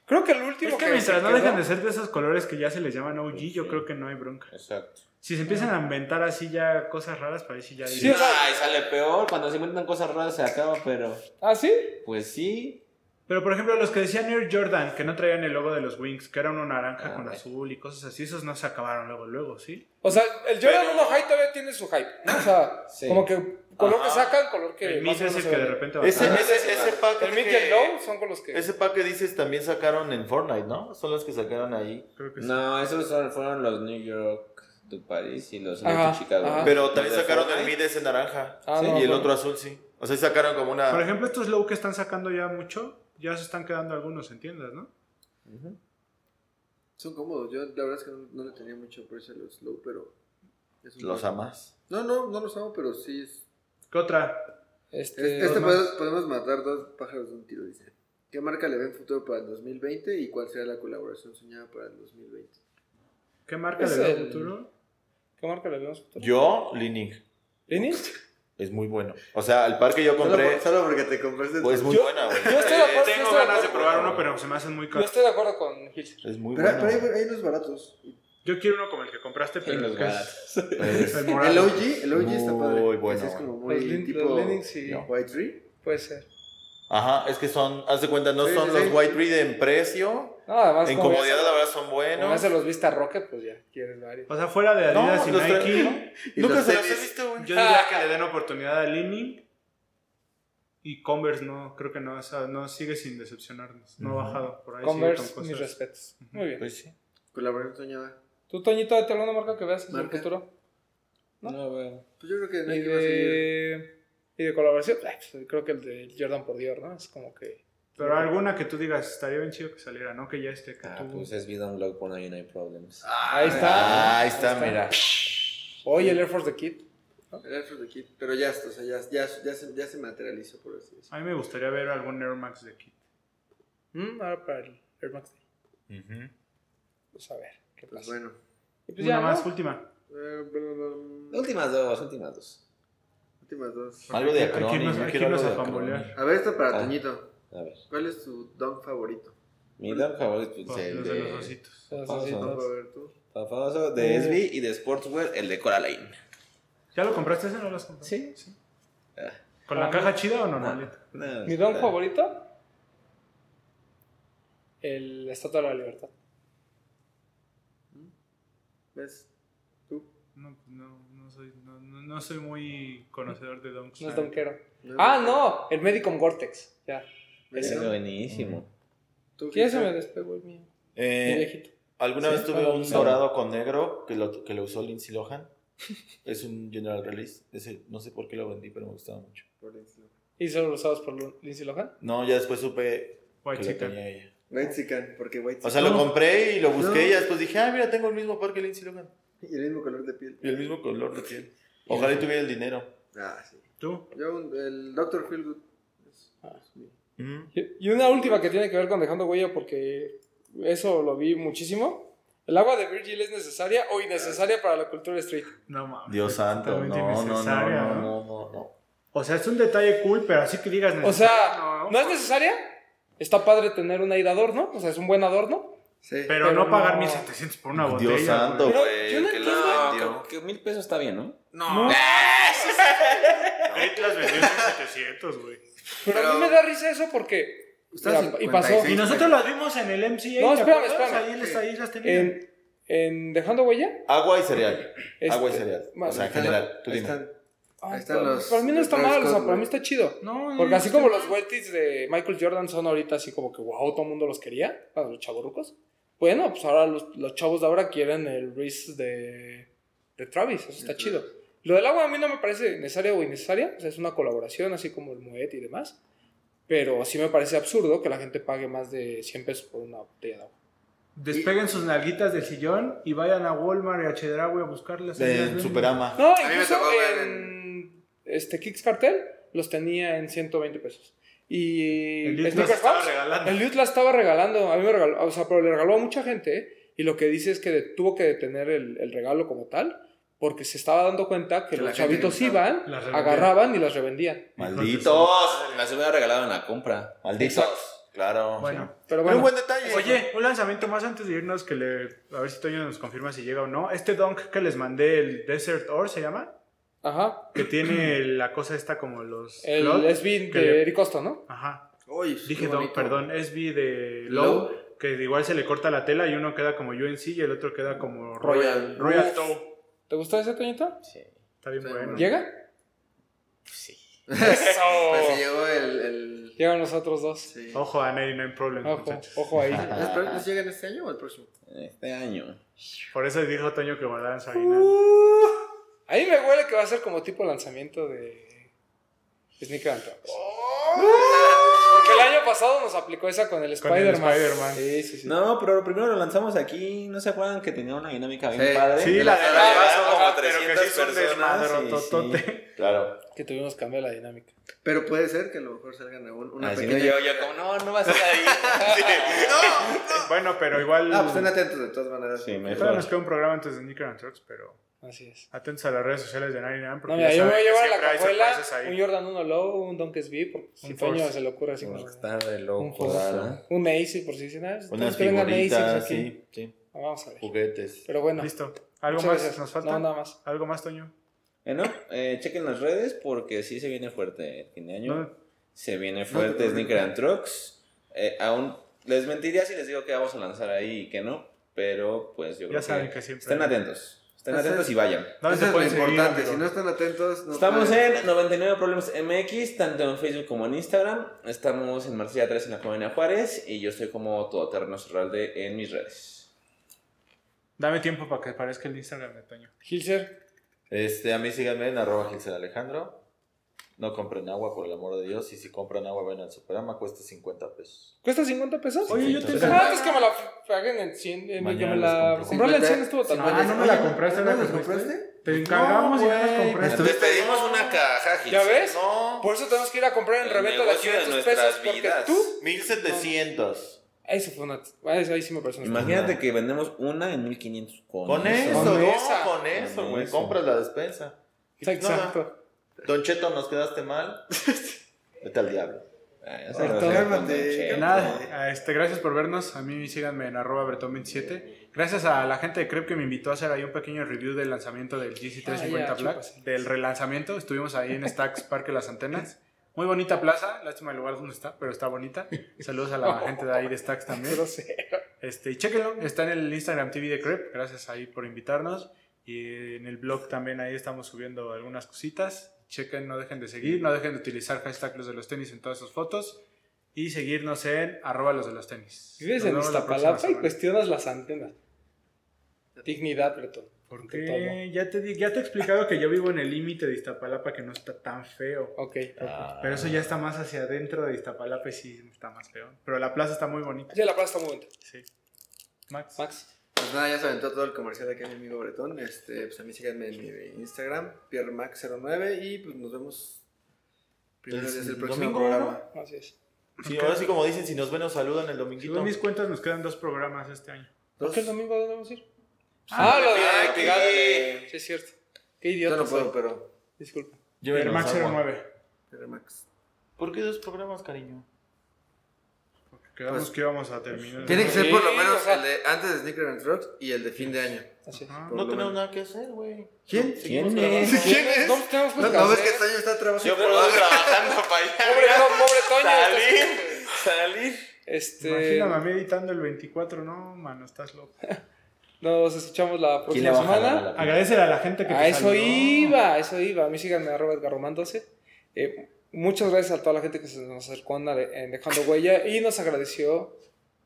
B: Creo que el último
D: Es que mientras
B: se
D: no
B: quedó-
D: dejen de ser de esos colores que ya se les llaman OG, yo
E: Sí.
D: creo que no hay bronca.
E: Exacto.
D: Si se empiezan a inventar así ya cosas raras, para ahí sí ya
E: Sí,
D: dicen,
B: o sea-
E: ay, sale peor. Cuando se inventan cosas raras se acaba, pero.
B: ¿Ah, sí?
E: Pues sí.
D: Pero por ejemplo, los que decían Air Jordan, que no traían el logo de los Wings, que era uno naranja
E: Ah,
D: con
E: güey.
D: azul y cosas así, esos no se acabaron luego, luego, ¿sí?
B: O sea, el Jordan
E: Pero-
B: 1 High todavía tiene su hype. ¿no? O sea,
E: Sí.
B: como que color que
C: Ajá.
B: sacan, color que.
D: el
B: más
D: Miss
B: o menos
D: es el
B: se
D: que de
B: vende.
D: repente va
C: Ese,
D: a
C: ese, ese pack
B: El mid y
C: Este que-
B: el low son con los que.
C: Ese pack que dices también sacaron en Fortnite, ¿no? Son los que sacaron ahí.
D: Creo que sí.
E: Pues No, esos son- fueron los New York, de París y los
B: Ajá,
E: de Chicago.
B: ajá.
C: Pero también
E: Los de
C: sacaron el
E: Fortnite.
C: mid ese naranja.
B: Ah,
C: Sí,
B: no,
C: y el
B: bueno.
C: otro azul, sí. O sea, sacaron como una.
D: Por ejemplo, estos low que están sacando ya mucho, ya se están quedando algunos en tiendas, ¿no?
E: Ujú.
F: Son cómodos. Yo la verdad es que no, no le tenía mucho precio a los slow, pero. es un
C: Los
F: buen-
C: amas.
F: No, no, no los amo, pero sí. Es,
D: ¿Qué otra?
F: es-
B: Este.
F: este
D: los
F: puede-
D: más.
F: podemos matar dos pájaros de un tiro, dice. ¿Qué marca le ven futuro para el 2020 y cuál será la colaboración soñada para el 2020?
D: ¿Qué marca
B: Es
D: le da
B: el-
D: futuro?
B: ¿Qué marca le vemos?
C: Yo, Lining.
B: ¿Linings?
C: Es muy bueno. O sea, el par que yo compré
F: Solo, solo porque te compraste.
C: pues, es muy
B: Yo-
C: buena, güey.
B: Yo estoy de acuerdo. yo
D: Tengo
B: estoy de
D: ganas de
B: acuerdo.
D: probar uno, pero se me hacen muy
B: Yo
D: caros.
B: estoy de acuerdo con Hitcher.
C: Es muy
F: pero,
C: buena.
F: pero hay, hay unos baratos.
D: Yo quiero uno como el que compraste,
E: Y
D: pero
E: los
D: que es
E: baratos.
C: Es-
D: el
F: El
D: morado.
F: OG, el OG está
C: Muy
F: padre.
C: bueno,
F: Ese es
C: güey.
F: como muy
B: Los, Pues lin-
F: tipo
B: los Linings sí.
F: White Tree.
B: Puede ser.
C: Ajá, es que son, haz de cuenta, no
F: Sí,
C: son
F: sí,
C: los
F: sí.
C: White Reed en precio.
B: No, además,
C: En
B: como ya
C: comodidad,
B: se-
C: la verdad, son
B: como ya
C: buenos.
B: se los viste a Rocket, pues ya quieres varios.
D: O sea, fuera de
C: No,
D: Adidas
C: los
D: y
C: tra- [laughs]
D: Nike, pues,
F: Y
C: Nunca
F: los
C: se los he
F: tenis.
C: visto, güey.
D: yo diría [laughs] que le den oportunidad a Leaning. Y Converse no, creo que no, o sea, no sigue sin decepcionarnos. No
C: Ujú.
D: ha bajado por ahí. sigue
B: Converse,
D: con
B: mis
D: cosas.
B: respetos. Muy bien.
C: Pues sí.
F: Colaboración soñada.
B: ¿Tú, Toñito, de alguna marca que veas en el
F: Marca.
B: futuro?
E: No, veo.
F: Pues yo creo que
B: Y
F: Nike va a seguir.
B: de, y de colaboración, ay, pues, creo que el de Jordan por Dior, ¿no? Es como que.
D: Pero alguna que tú digas, estaría bien chido que saliera, ¿no? Que ya esté, que
E: Ah,
D: tú...
E: pues es vida un blog por ahí, no hay problems.
B: Ahí está.
C: Ah, ahí está, mira.
B: Oye, el Air Force de Kid.
F: El Air Force de Kid. Pero ya, o sea, ya, ya, ya, se, ya se materializó, por así decirlo.
D: A mí me gustaría ver algún Air Max de Kit.
B: Mm, ahora para el Air Max Day.
C: Ujú.
B: Pues a ver, ¿qué
F: Pues
B: pasa?
F: bueno.
B: Y pues
D: Una
B: ya,
D: más,
B: ¿no?
D: última.
F: Eh, bla, bla, bla.
E: Últimas dos, últimas dos.
F: Últimas dos.
C: Algo de
D: Aquí- aquí
C: Acronis.
D: nos-
C: yo
D: aquí
C: quiero
D: nos
C: algo de
D: apambolean.
C: Acronis.
F: A ver, esta para
E: Ah.
F: Toñito.
E: A ver.
F: ¿Cuál es tu don favorito?
E: Mi dog favorito es
D: Los
E: el
D: los de los
E: de
D: ositos.
B: Los
E: Vamos a
F: Don
B: ositos.
F: favorito.
E: Famoso de Esby y de Sportswear, el de Coraline.
D: ¿Ya lo compraste ese o no lo has comprado?
E: Sí. Ah,
D: ¿Con la
B: Ah,
D: caja chida o normalita?
E: no,
B: Mi don
E: está-
B: favorito. El la Estatua de la Libertad.
F: ¿Ves? Tú.
D: No, pues no, no soy, no, no, no soy muy conocedor de donks.
B: No es
D: la
B: donquero. Ah, no, el Medicom Gortex. Ya.
E: Es
F: ¿Ves, no?
E: buenísimo.
F: ¿Tú,
B: ¿Quién se
F: Gisa?
B: me despegó el mío? Mi
C: Eh,
B: viejito.
C: Alguna
B: Sí,
C: vez tuve
B: para
C: un
B: un-
C: dorado con negro que lo, que lo usó Lindsay Lohan. es un general release. Ese, no sé por qué lo vendí, pero me gustaba mucho.
F: Por eso.
B: ¿Y son usados por Lu- Lindsay Lohan?
C: No, ya después supe
D: White
C: que lo
D: chicken.
C: tenía ella.
F: White Chicken, porque White
C: O sea,
F: Chicken-
C: lo compré y lo busqué
F: No.
C: y ya después dije, ah, mira, tengo el mismo par que Lindsay Lohan.
F: [laughs] Y el mismo color de piel.
C: Y el mismo color de piel. Ojalá y tuviera el dinero.
F: Ah, sí.
D: ¿Tú?
F: Yo, un- el Dr. Feelgood. Es-
C: Ujú.
B: Y y una última que tiene que ver con dejando huella porque eso lo vi muchísimo. ¿El agua de Virgil es necesaria o innecesaria para la cultura street?
D: No mames.
C: Dios santo. No,
D: Totalmente
C: no, no, no,
D: innecesaria,
C: no,
D: ¿no?
C: no, no.
D: O sea, es un detalle cool, pero así que digas
B: O sea,
D: necesario,
B: ¿no es necesaria? Está padre tener un airador, ¿no? O sea, es un buen adorno.
F: Sí.
D: Pero,
B: pero
D: no pagar
B: no.
D: 1700 por una botella.
C: Dios santo,
B: Pero
C: güey.
B: yo no
C: que la
B: entiendo.
C: vendió.
E: No, creo que mil pesos está bien, ¿no?
F: No.
D: [laughs] Grit las vendió en 1700, güey.
B: Pero, a mí
F: Pero-
B: me da risa eso porque
F: Estaba
B: Mira, y
F: 56,
B: pasó.
D: Y nosotros las vimos en el MCA.
B: No,
D: ¿te
B: espérame,
D: acuerdas?
B: espérame.
D: Ahí, les- ahí las tenían.
B: en, en dejando huella...
C: Agua y cereal.
B: este-
C: Agua y cereal. O
B: más-
C: sea, en general. Tú
F: Ahí
C: dime.
F: están.
B: Ah,
F: ahí están los-
B: para mí no
F: los
B: está
F: Travis
B: mal, o sea,
F: Scott,
B: para mí
F: güey.
B: está chido.
D: No,
B: Porque
D: no,
B: así
D: no.
B: como los Welties de Michael Jordan son ahorita así como que wow, todo el mundo los quería, a los chavorrucos. Bueno, pues ahora los, los chavos de ahora quieren el Reese de, de Travis, eso está
F: Ujú.
B: chido. Lo del agua a mí no me parece necesaria o innecesaria, o sea, es una colaboración así como el Moet y demás. Pero sí me parece absurdo que la gente pague más de 100 pesos por una botella de agua.
D: Despeguen sus nalguitas del sillón y vayan a Walmart y a Chedraui a buscarlas. Ahí las
C: En
D: venden.
C: Superama.
B: No,
F: mí me
B: incluso
F: tocó ver
B: en este Kicks Cartel los tenía en 120 pesos. Y
D: El Litlas
B: Sneaker
D: estaba
B: House,
D: regalando.
B: El Youth la estaba regalando, a mí me regaló, o sea, pero le regaló a mucha gente, ¿eh? y lo que dice es que de- tuvo que detener el, el regalo como tal, porque se estaba dando cuenta que,
F: Que la
B: los
F: gente
B: chavitos
F: le gustaba.
B: iban,
D: Las revendían.
B: agarraban y las revendían.
C: Malditos.
E: Las hubiera regalado en la compra.
C: Malditos. Claro.
D: Bueno.
B: Pero
C: Pero
B: bueno,
C: un buen detalle.
D: Oye, un lanzamiento más antes de irnos que le... A ver si Toño nos confirma si llega o no. Este donk que les mandé, el Desert Ore, ¿se llama?
B: ajá,
D: Que
B: [clears throat]
D: tiene la cosa esta como los...
B: el
D: flood,
B: SB
D: que
B: de
D: le-
B: Eric Costa, ¿no?
D: Ajá.
F: Uy,
D: Dije
F: qué
D: donk,
F: bonito.
D: perdón. SB de
F: Low.
D: Low, que igual se le corta la tela y uno queda como UNC y el otro queda como Royal,
F: Royal. Uf.
D: Royal Toe.
B: ¿Te gustó ese Toñito?
E: Sí.
D: Está bien
F: Sí,
D: bueno.
F: bueno.
B: ¿Llega?
E: Sí.
F: Pues
B: [laughs]
F: se
B: ¡Eso!
F: llegó el. el...
B: Llegan los otros dos.
F: Sí.
D: Ojo a 99 Problems,
B: Ojo,
D: muchachos.
B: ojo
F: [laughs]
B: ahí.
F: ¿Las preguntas llegan este año o el próximo?
E: Este año.
D: Por eso dijo Toño que guardaran su aguinaldo.
B: Uh, a mí me huele que va a ser como tipo lanzamiento de Sneaker and Traps. Porque el año pasado nos aplicó esa con el
D: Oh. Con el
B: Spider-Man.
D: Spider-Man.
B: sí, sí, sí.
E: No, pero primero lo lanzamos aquí. ¿No se acuerdan que tenía una dinámica bien
F: Sí.
E: padre?
D: Sí,
F: De
D: la
F: las
D: de
F: que
D: la
C: son como
D: pero que
C: 300
D: sí son
C: personas,
D: desmadrototote.
E: sí,
C: Claro.
B: Que tuvimos que cambiar la dinámica.
F: Pero puede ser que a lo mejor salgan aún
C: Ah,
F: una
E: Así,
F: pequeña.
E: no, yo, yo como, no, no vas a ir ahí.
D: [laughs] Bueno, pero igual...
F: Ah, pues estén atentos de todas maneras.
E: Sí, me-
D: Todavía nos queda un programa antes de Sneaker and Trucks, pero
B: Así es.
D: Atentos a las redes sociales de Nine Nine porque
B: No,
D: ya
B: mira, yo me voy
D: saben
B: a
D: que
B: llevar a la
D: siempre hay
B: cajuela
D: sorpresas ahí.
B: un Jordan 1 Low, un Donkesby, por si
D: Un
B: Toño
D: Force.
B: se le ocurre así como.
E: Está de
B: Un
E: loco,
B: Force.
E: claro.
B: Un Macy, por si dicen, ah, entonces
C: Unas
B: que vengan Macy's
C: figuritas,
B: aquí.
C: sí, sí,
B: Ah, Vamos a ver.
C: juguetes.
B: Pero bueno,
D: Listo. ¿Algo
B: muchas
D: más
B: gracias.
D: nos falta?
B: No, nada más.
D: ¿Algo más, Toño?
E: Eh, no, eh, chequen las redes porque sí se viene fuerte el fin de año.
D: No.
E: Se viene fuerte Sneaker and Trucks. Eh, aún les mentiría si les digo que vamos a lanzar ahí y que no, pero pues yo creo
D: Ya saben que
E: que
D: siempre.
E: estén atentos. Estén
F: Ese
E: atentos
F: es-
E: y vayan.
D: ¿Dónde
F: Eso
D: se
F: es lo
D: pueden seguir,
F: importante.
D: amigo?
F: Si no están atentos, no
E: Estamos
F: pueden.
E: en 99 Problemas MX, tanto en Facebook como en Instagram. Estamos en Marcilla 3 en la Colonia Juárez y yo estoy como Todoterreno Cerralde en mis redes.
D: Dame tiempo para que aparezca el Instagram de Toño.
B: Hilser,
C: Este, a mí síganme en arroba Gilsen Alejandro. No compren agua, por el amor de Dios. Y si compran agua, ven al Superama, cuesta 50 pesos.
B: ¿cuesta 50 pesos?
C: Oye, yo
B: Sí,
C: te-
B: entonces- Ah, es que me la f- paguen en 100. eh,
C: Mañana
B: que me
C: les
B: la...
C: compro.
B: Comprarla en 100 estuvo tan
F: cincuenta-
D: Ah,
B: mal.
D: no me la
F: Oye,
D: compraste,
F: ¿no
D: ¿no
F: la
D: la
F: compraste?
D: Te encargamos y no
F: güey,
D: nos compraste.
F: pues,
E: caja,
B: ¿Ya ves?
C: No,
B: Por eso tenemos que ir a comprar en
E: El
B: reventa de
E: negocio de
B: 500
E: nuestras
B: pesos. Porque
E: vidas.
B: tú.
C: 1700.
B: Eso fue una. Eso ahí sí me parece una.
E: Imagínate que vendemos una en 1500 con,
C: Con eso,
B: Con
C: no,
B: esa.
C: con eso,
E: Con
C: güey.
E: eso.
C: Compras la despensa.
B: Exacto.
C: No, Don Cheto, nos quedaste [laughs] mal. Vete al diablo.
E: Ah, ya
F: Ay,
E: sabes,
F: cálmate,
E: con Don Cheto.
D: Nada, este, gracias por vernos. A mí síganme en arroba bretón27. Gracias a la gente de Crep que me invitó a hacer ahí un pequeño review del lanzamiento del GC350
B: Ah, ya,
D: Black,
B: chupas.
D: del relanzamiento. Estuvimos ahí en Stacks Parque Las Antenas. Muy bonita plaza, lástima el lugar donde está, pero está bonita. Saludos
B: [laughs]
D: a la gente de ahí de Stacks también. Este, y chéquenlo, está en el Instagram TV de Crep. Gracias ahí por invitarnos. Y en el blog también ahí estamos subiendo algunas cositas. Chequen, no dejen de seguir, no dejen de utilizar hashtag los de los tenis en todas sus fotos y seguirnos en arroba los de los tenis.
B: Si vives
D: Nos
B: en
D: vemos la
B: Iztapalapa
D: próxima
B: y
D: semana.
B: cuestionas las antenas. Dignidad, Bretón.
D: ¿Por
B: ante todo.
D: qué? Ya te, di- ya te he explicado que yo vivo en el límite de Iztapalapa que no está tan feo.
B: Ok.
C: Ah.
D: Pero eso ya está más hacia adentro de Iztapalapa y sí está más feo. Pero la plaza está muy bonita.
B: Sí, la plaza está muy bonita.
D: Sí. Max.
B: Max.
F: Pues nada, ya se aventó todo el comercial de aquí mi amigo Bretón. Este, pues a mí síganme en mi Instagram, pierremac09 y pues nos vemos primero
C: El
F: días el próximo
C: domingo,
F: programa.
B: Así es.
C: Sí, ahora sí, como dicen, si nos ven, nos saludan el dominguito.
D: Según mis cuentas nos quedan dos programas este año.
B: ¿Por
F: Dos.
B: qué el domingo dónde vamos a ir? Ah, lo de
E: ah,
B: la actividad.
E: sí.
B: Sí, es cierto. Qué
F: Yo
B: idiota.
F: no puedo,
B: soy.
F: pero
B: Disculpa.
C: Llévenos
D: El Max
C: agua.
D: 09.
F: pierremax.
C: ¿Por qué dos programas, cariño?
D: Quedamos
F: Pues-
D: que íbamos a terminar.
F: Tiene que ser por lo
B: Sí,
F: menos
B: o sea-
F: el de antes de Sneaker and Trucks y el de fin de año.
B: Así es.
D: Ah,
F: Por
C: No
F: lo
C: tenemos
F: menos.
C: nada que hacer, güey.
F: ¿Quién?
C: Seguimos
E: ¿Quién es?
C: grabando.
F: ¿Quién es?
B: No tenemos
F: No,
B: cosas que
F: no ves que
B: hacer.
F: Toño está trabajando.
C: trabajando para [laughs]
B: Pobre, no, pobre Toño.
C: Salir, salir.
B: Este.
D: Imagíname a mí editando el 24. No, mano, estás loco.
B: Nos escuchamos la
C: ¿Quién le
B: próxima
C: va a jalar
B: semana.
C: a la-
D: Agradecer a la gente que
B: A
D: te
B: eso
D: saludó.
B: iba, a eso iba. A mí síganme arroba edgarroman 12. Eh, muchas gracias a toda la gente que se nos acercó en la- en Dejando Huella y nos agradeció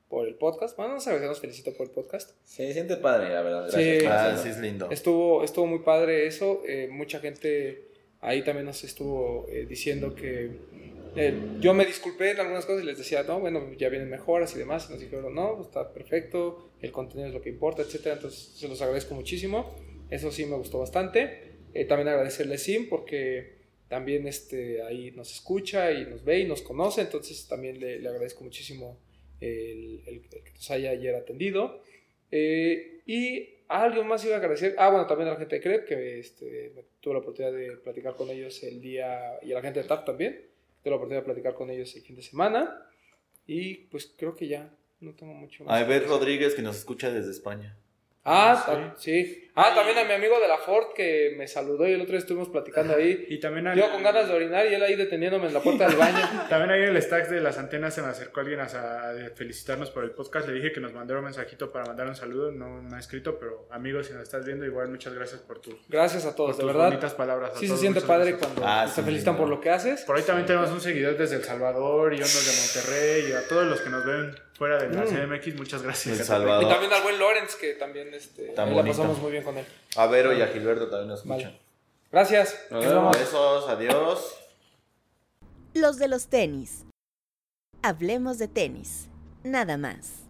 B: por el podcast. Bueno, nos agradeció, nos felicito por el podcast.
E: Se siente padre, la verdad.
B: Sí.
E: Gracias. por
C: Ah,
E: hacerlo.
C: sí, es lindo.
B: Estuvo, estuvo muy padre eso. eh, mucha gente ahí también nos estuvo eh, diciendo que eh, yo me disculpé en algunas cosas y les decía, no, bueno, ya vienen mejoras y demás. Y nos dijeron, no, está perfecto, el contenido es lo que importa, etcétera. Entonces, se los agradezco muchísimo. Eso sí me gustó bastante. Eh, también agradecerle a Sim porque también este, ahí nos escucha y nos ve y nos conoce. Entonces, también le, le agradezco muchísimo el, el- el que nos haya ayer atendido. Eh, y algo más iba a agradecer. Ah, bueno, también a la gente de CREP, que este, me- tuve la oportunidad de platicar con ellos el día. Y a la gente de TAP también. Tuve la oportunidad de platicar con ellos el fin de semana. Y pues creo que ya. No tengo mucho más.
C: A Eber Rodríguez, que nos escucha desde España.
B: Ah, ta- sí. Ah, también a mi amigo de la Ford que me saludó y el otro día estuvimos platicando ahí.
D: Y también al-
B: Yo con ganas de orinar y él ahí deteniéndome en la puerta
D: [laughs]
B: del baño.
D: También ahí en el stack de las antenas se me acercó alguien a, sa- a felicitarnos por el podcast. Le dije que nos mandara un mensajito para mandar un saludo. No me ha escrito, pero amigos, si nos estás viendo, igual muchas gracias por, tu,
B: Gracias a
D: por
B: todos, de
D: tus
B: verdad.
D: bonitas palabras. a
B: Sí se
D: todos,
B: siente
D: muchas
B: padre
D: gracias.
B: cuando
C: Ah,
B: te
C: sí,
B: felicitan
C: no.
B: por lo que haces.
D: Por ahí también tenemos un seguidor desde El Salvador y unos de Monterrey y a todos los que nos ven fuera de la
B: Mm.
D: CMX. Muchas gracias.
C: El
B: Y
C: Salvador.
B: también al buen Lorenz que también este,
C: Tan
B: la
C: bonito.
B: pasamos muy bien con él.
C: A Vero y a Gilberto también nos
B: Vale.
C: escuchan.
B: Gracias.
E: Nos
B: Nos vemos.
C: Besos, adiós.
A: Los de los tenis. Hablemos de tenis. Nada más.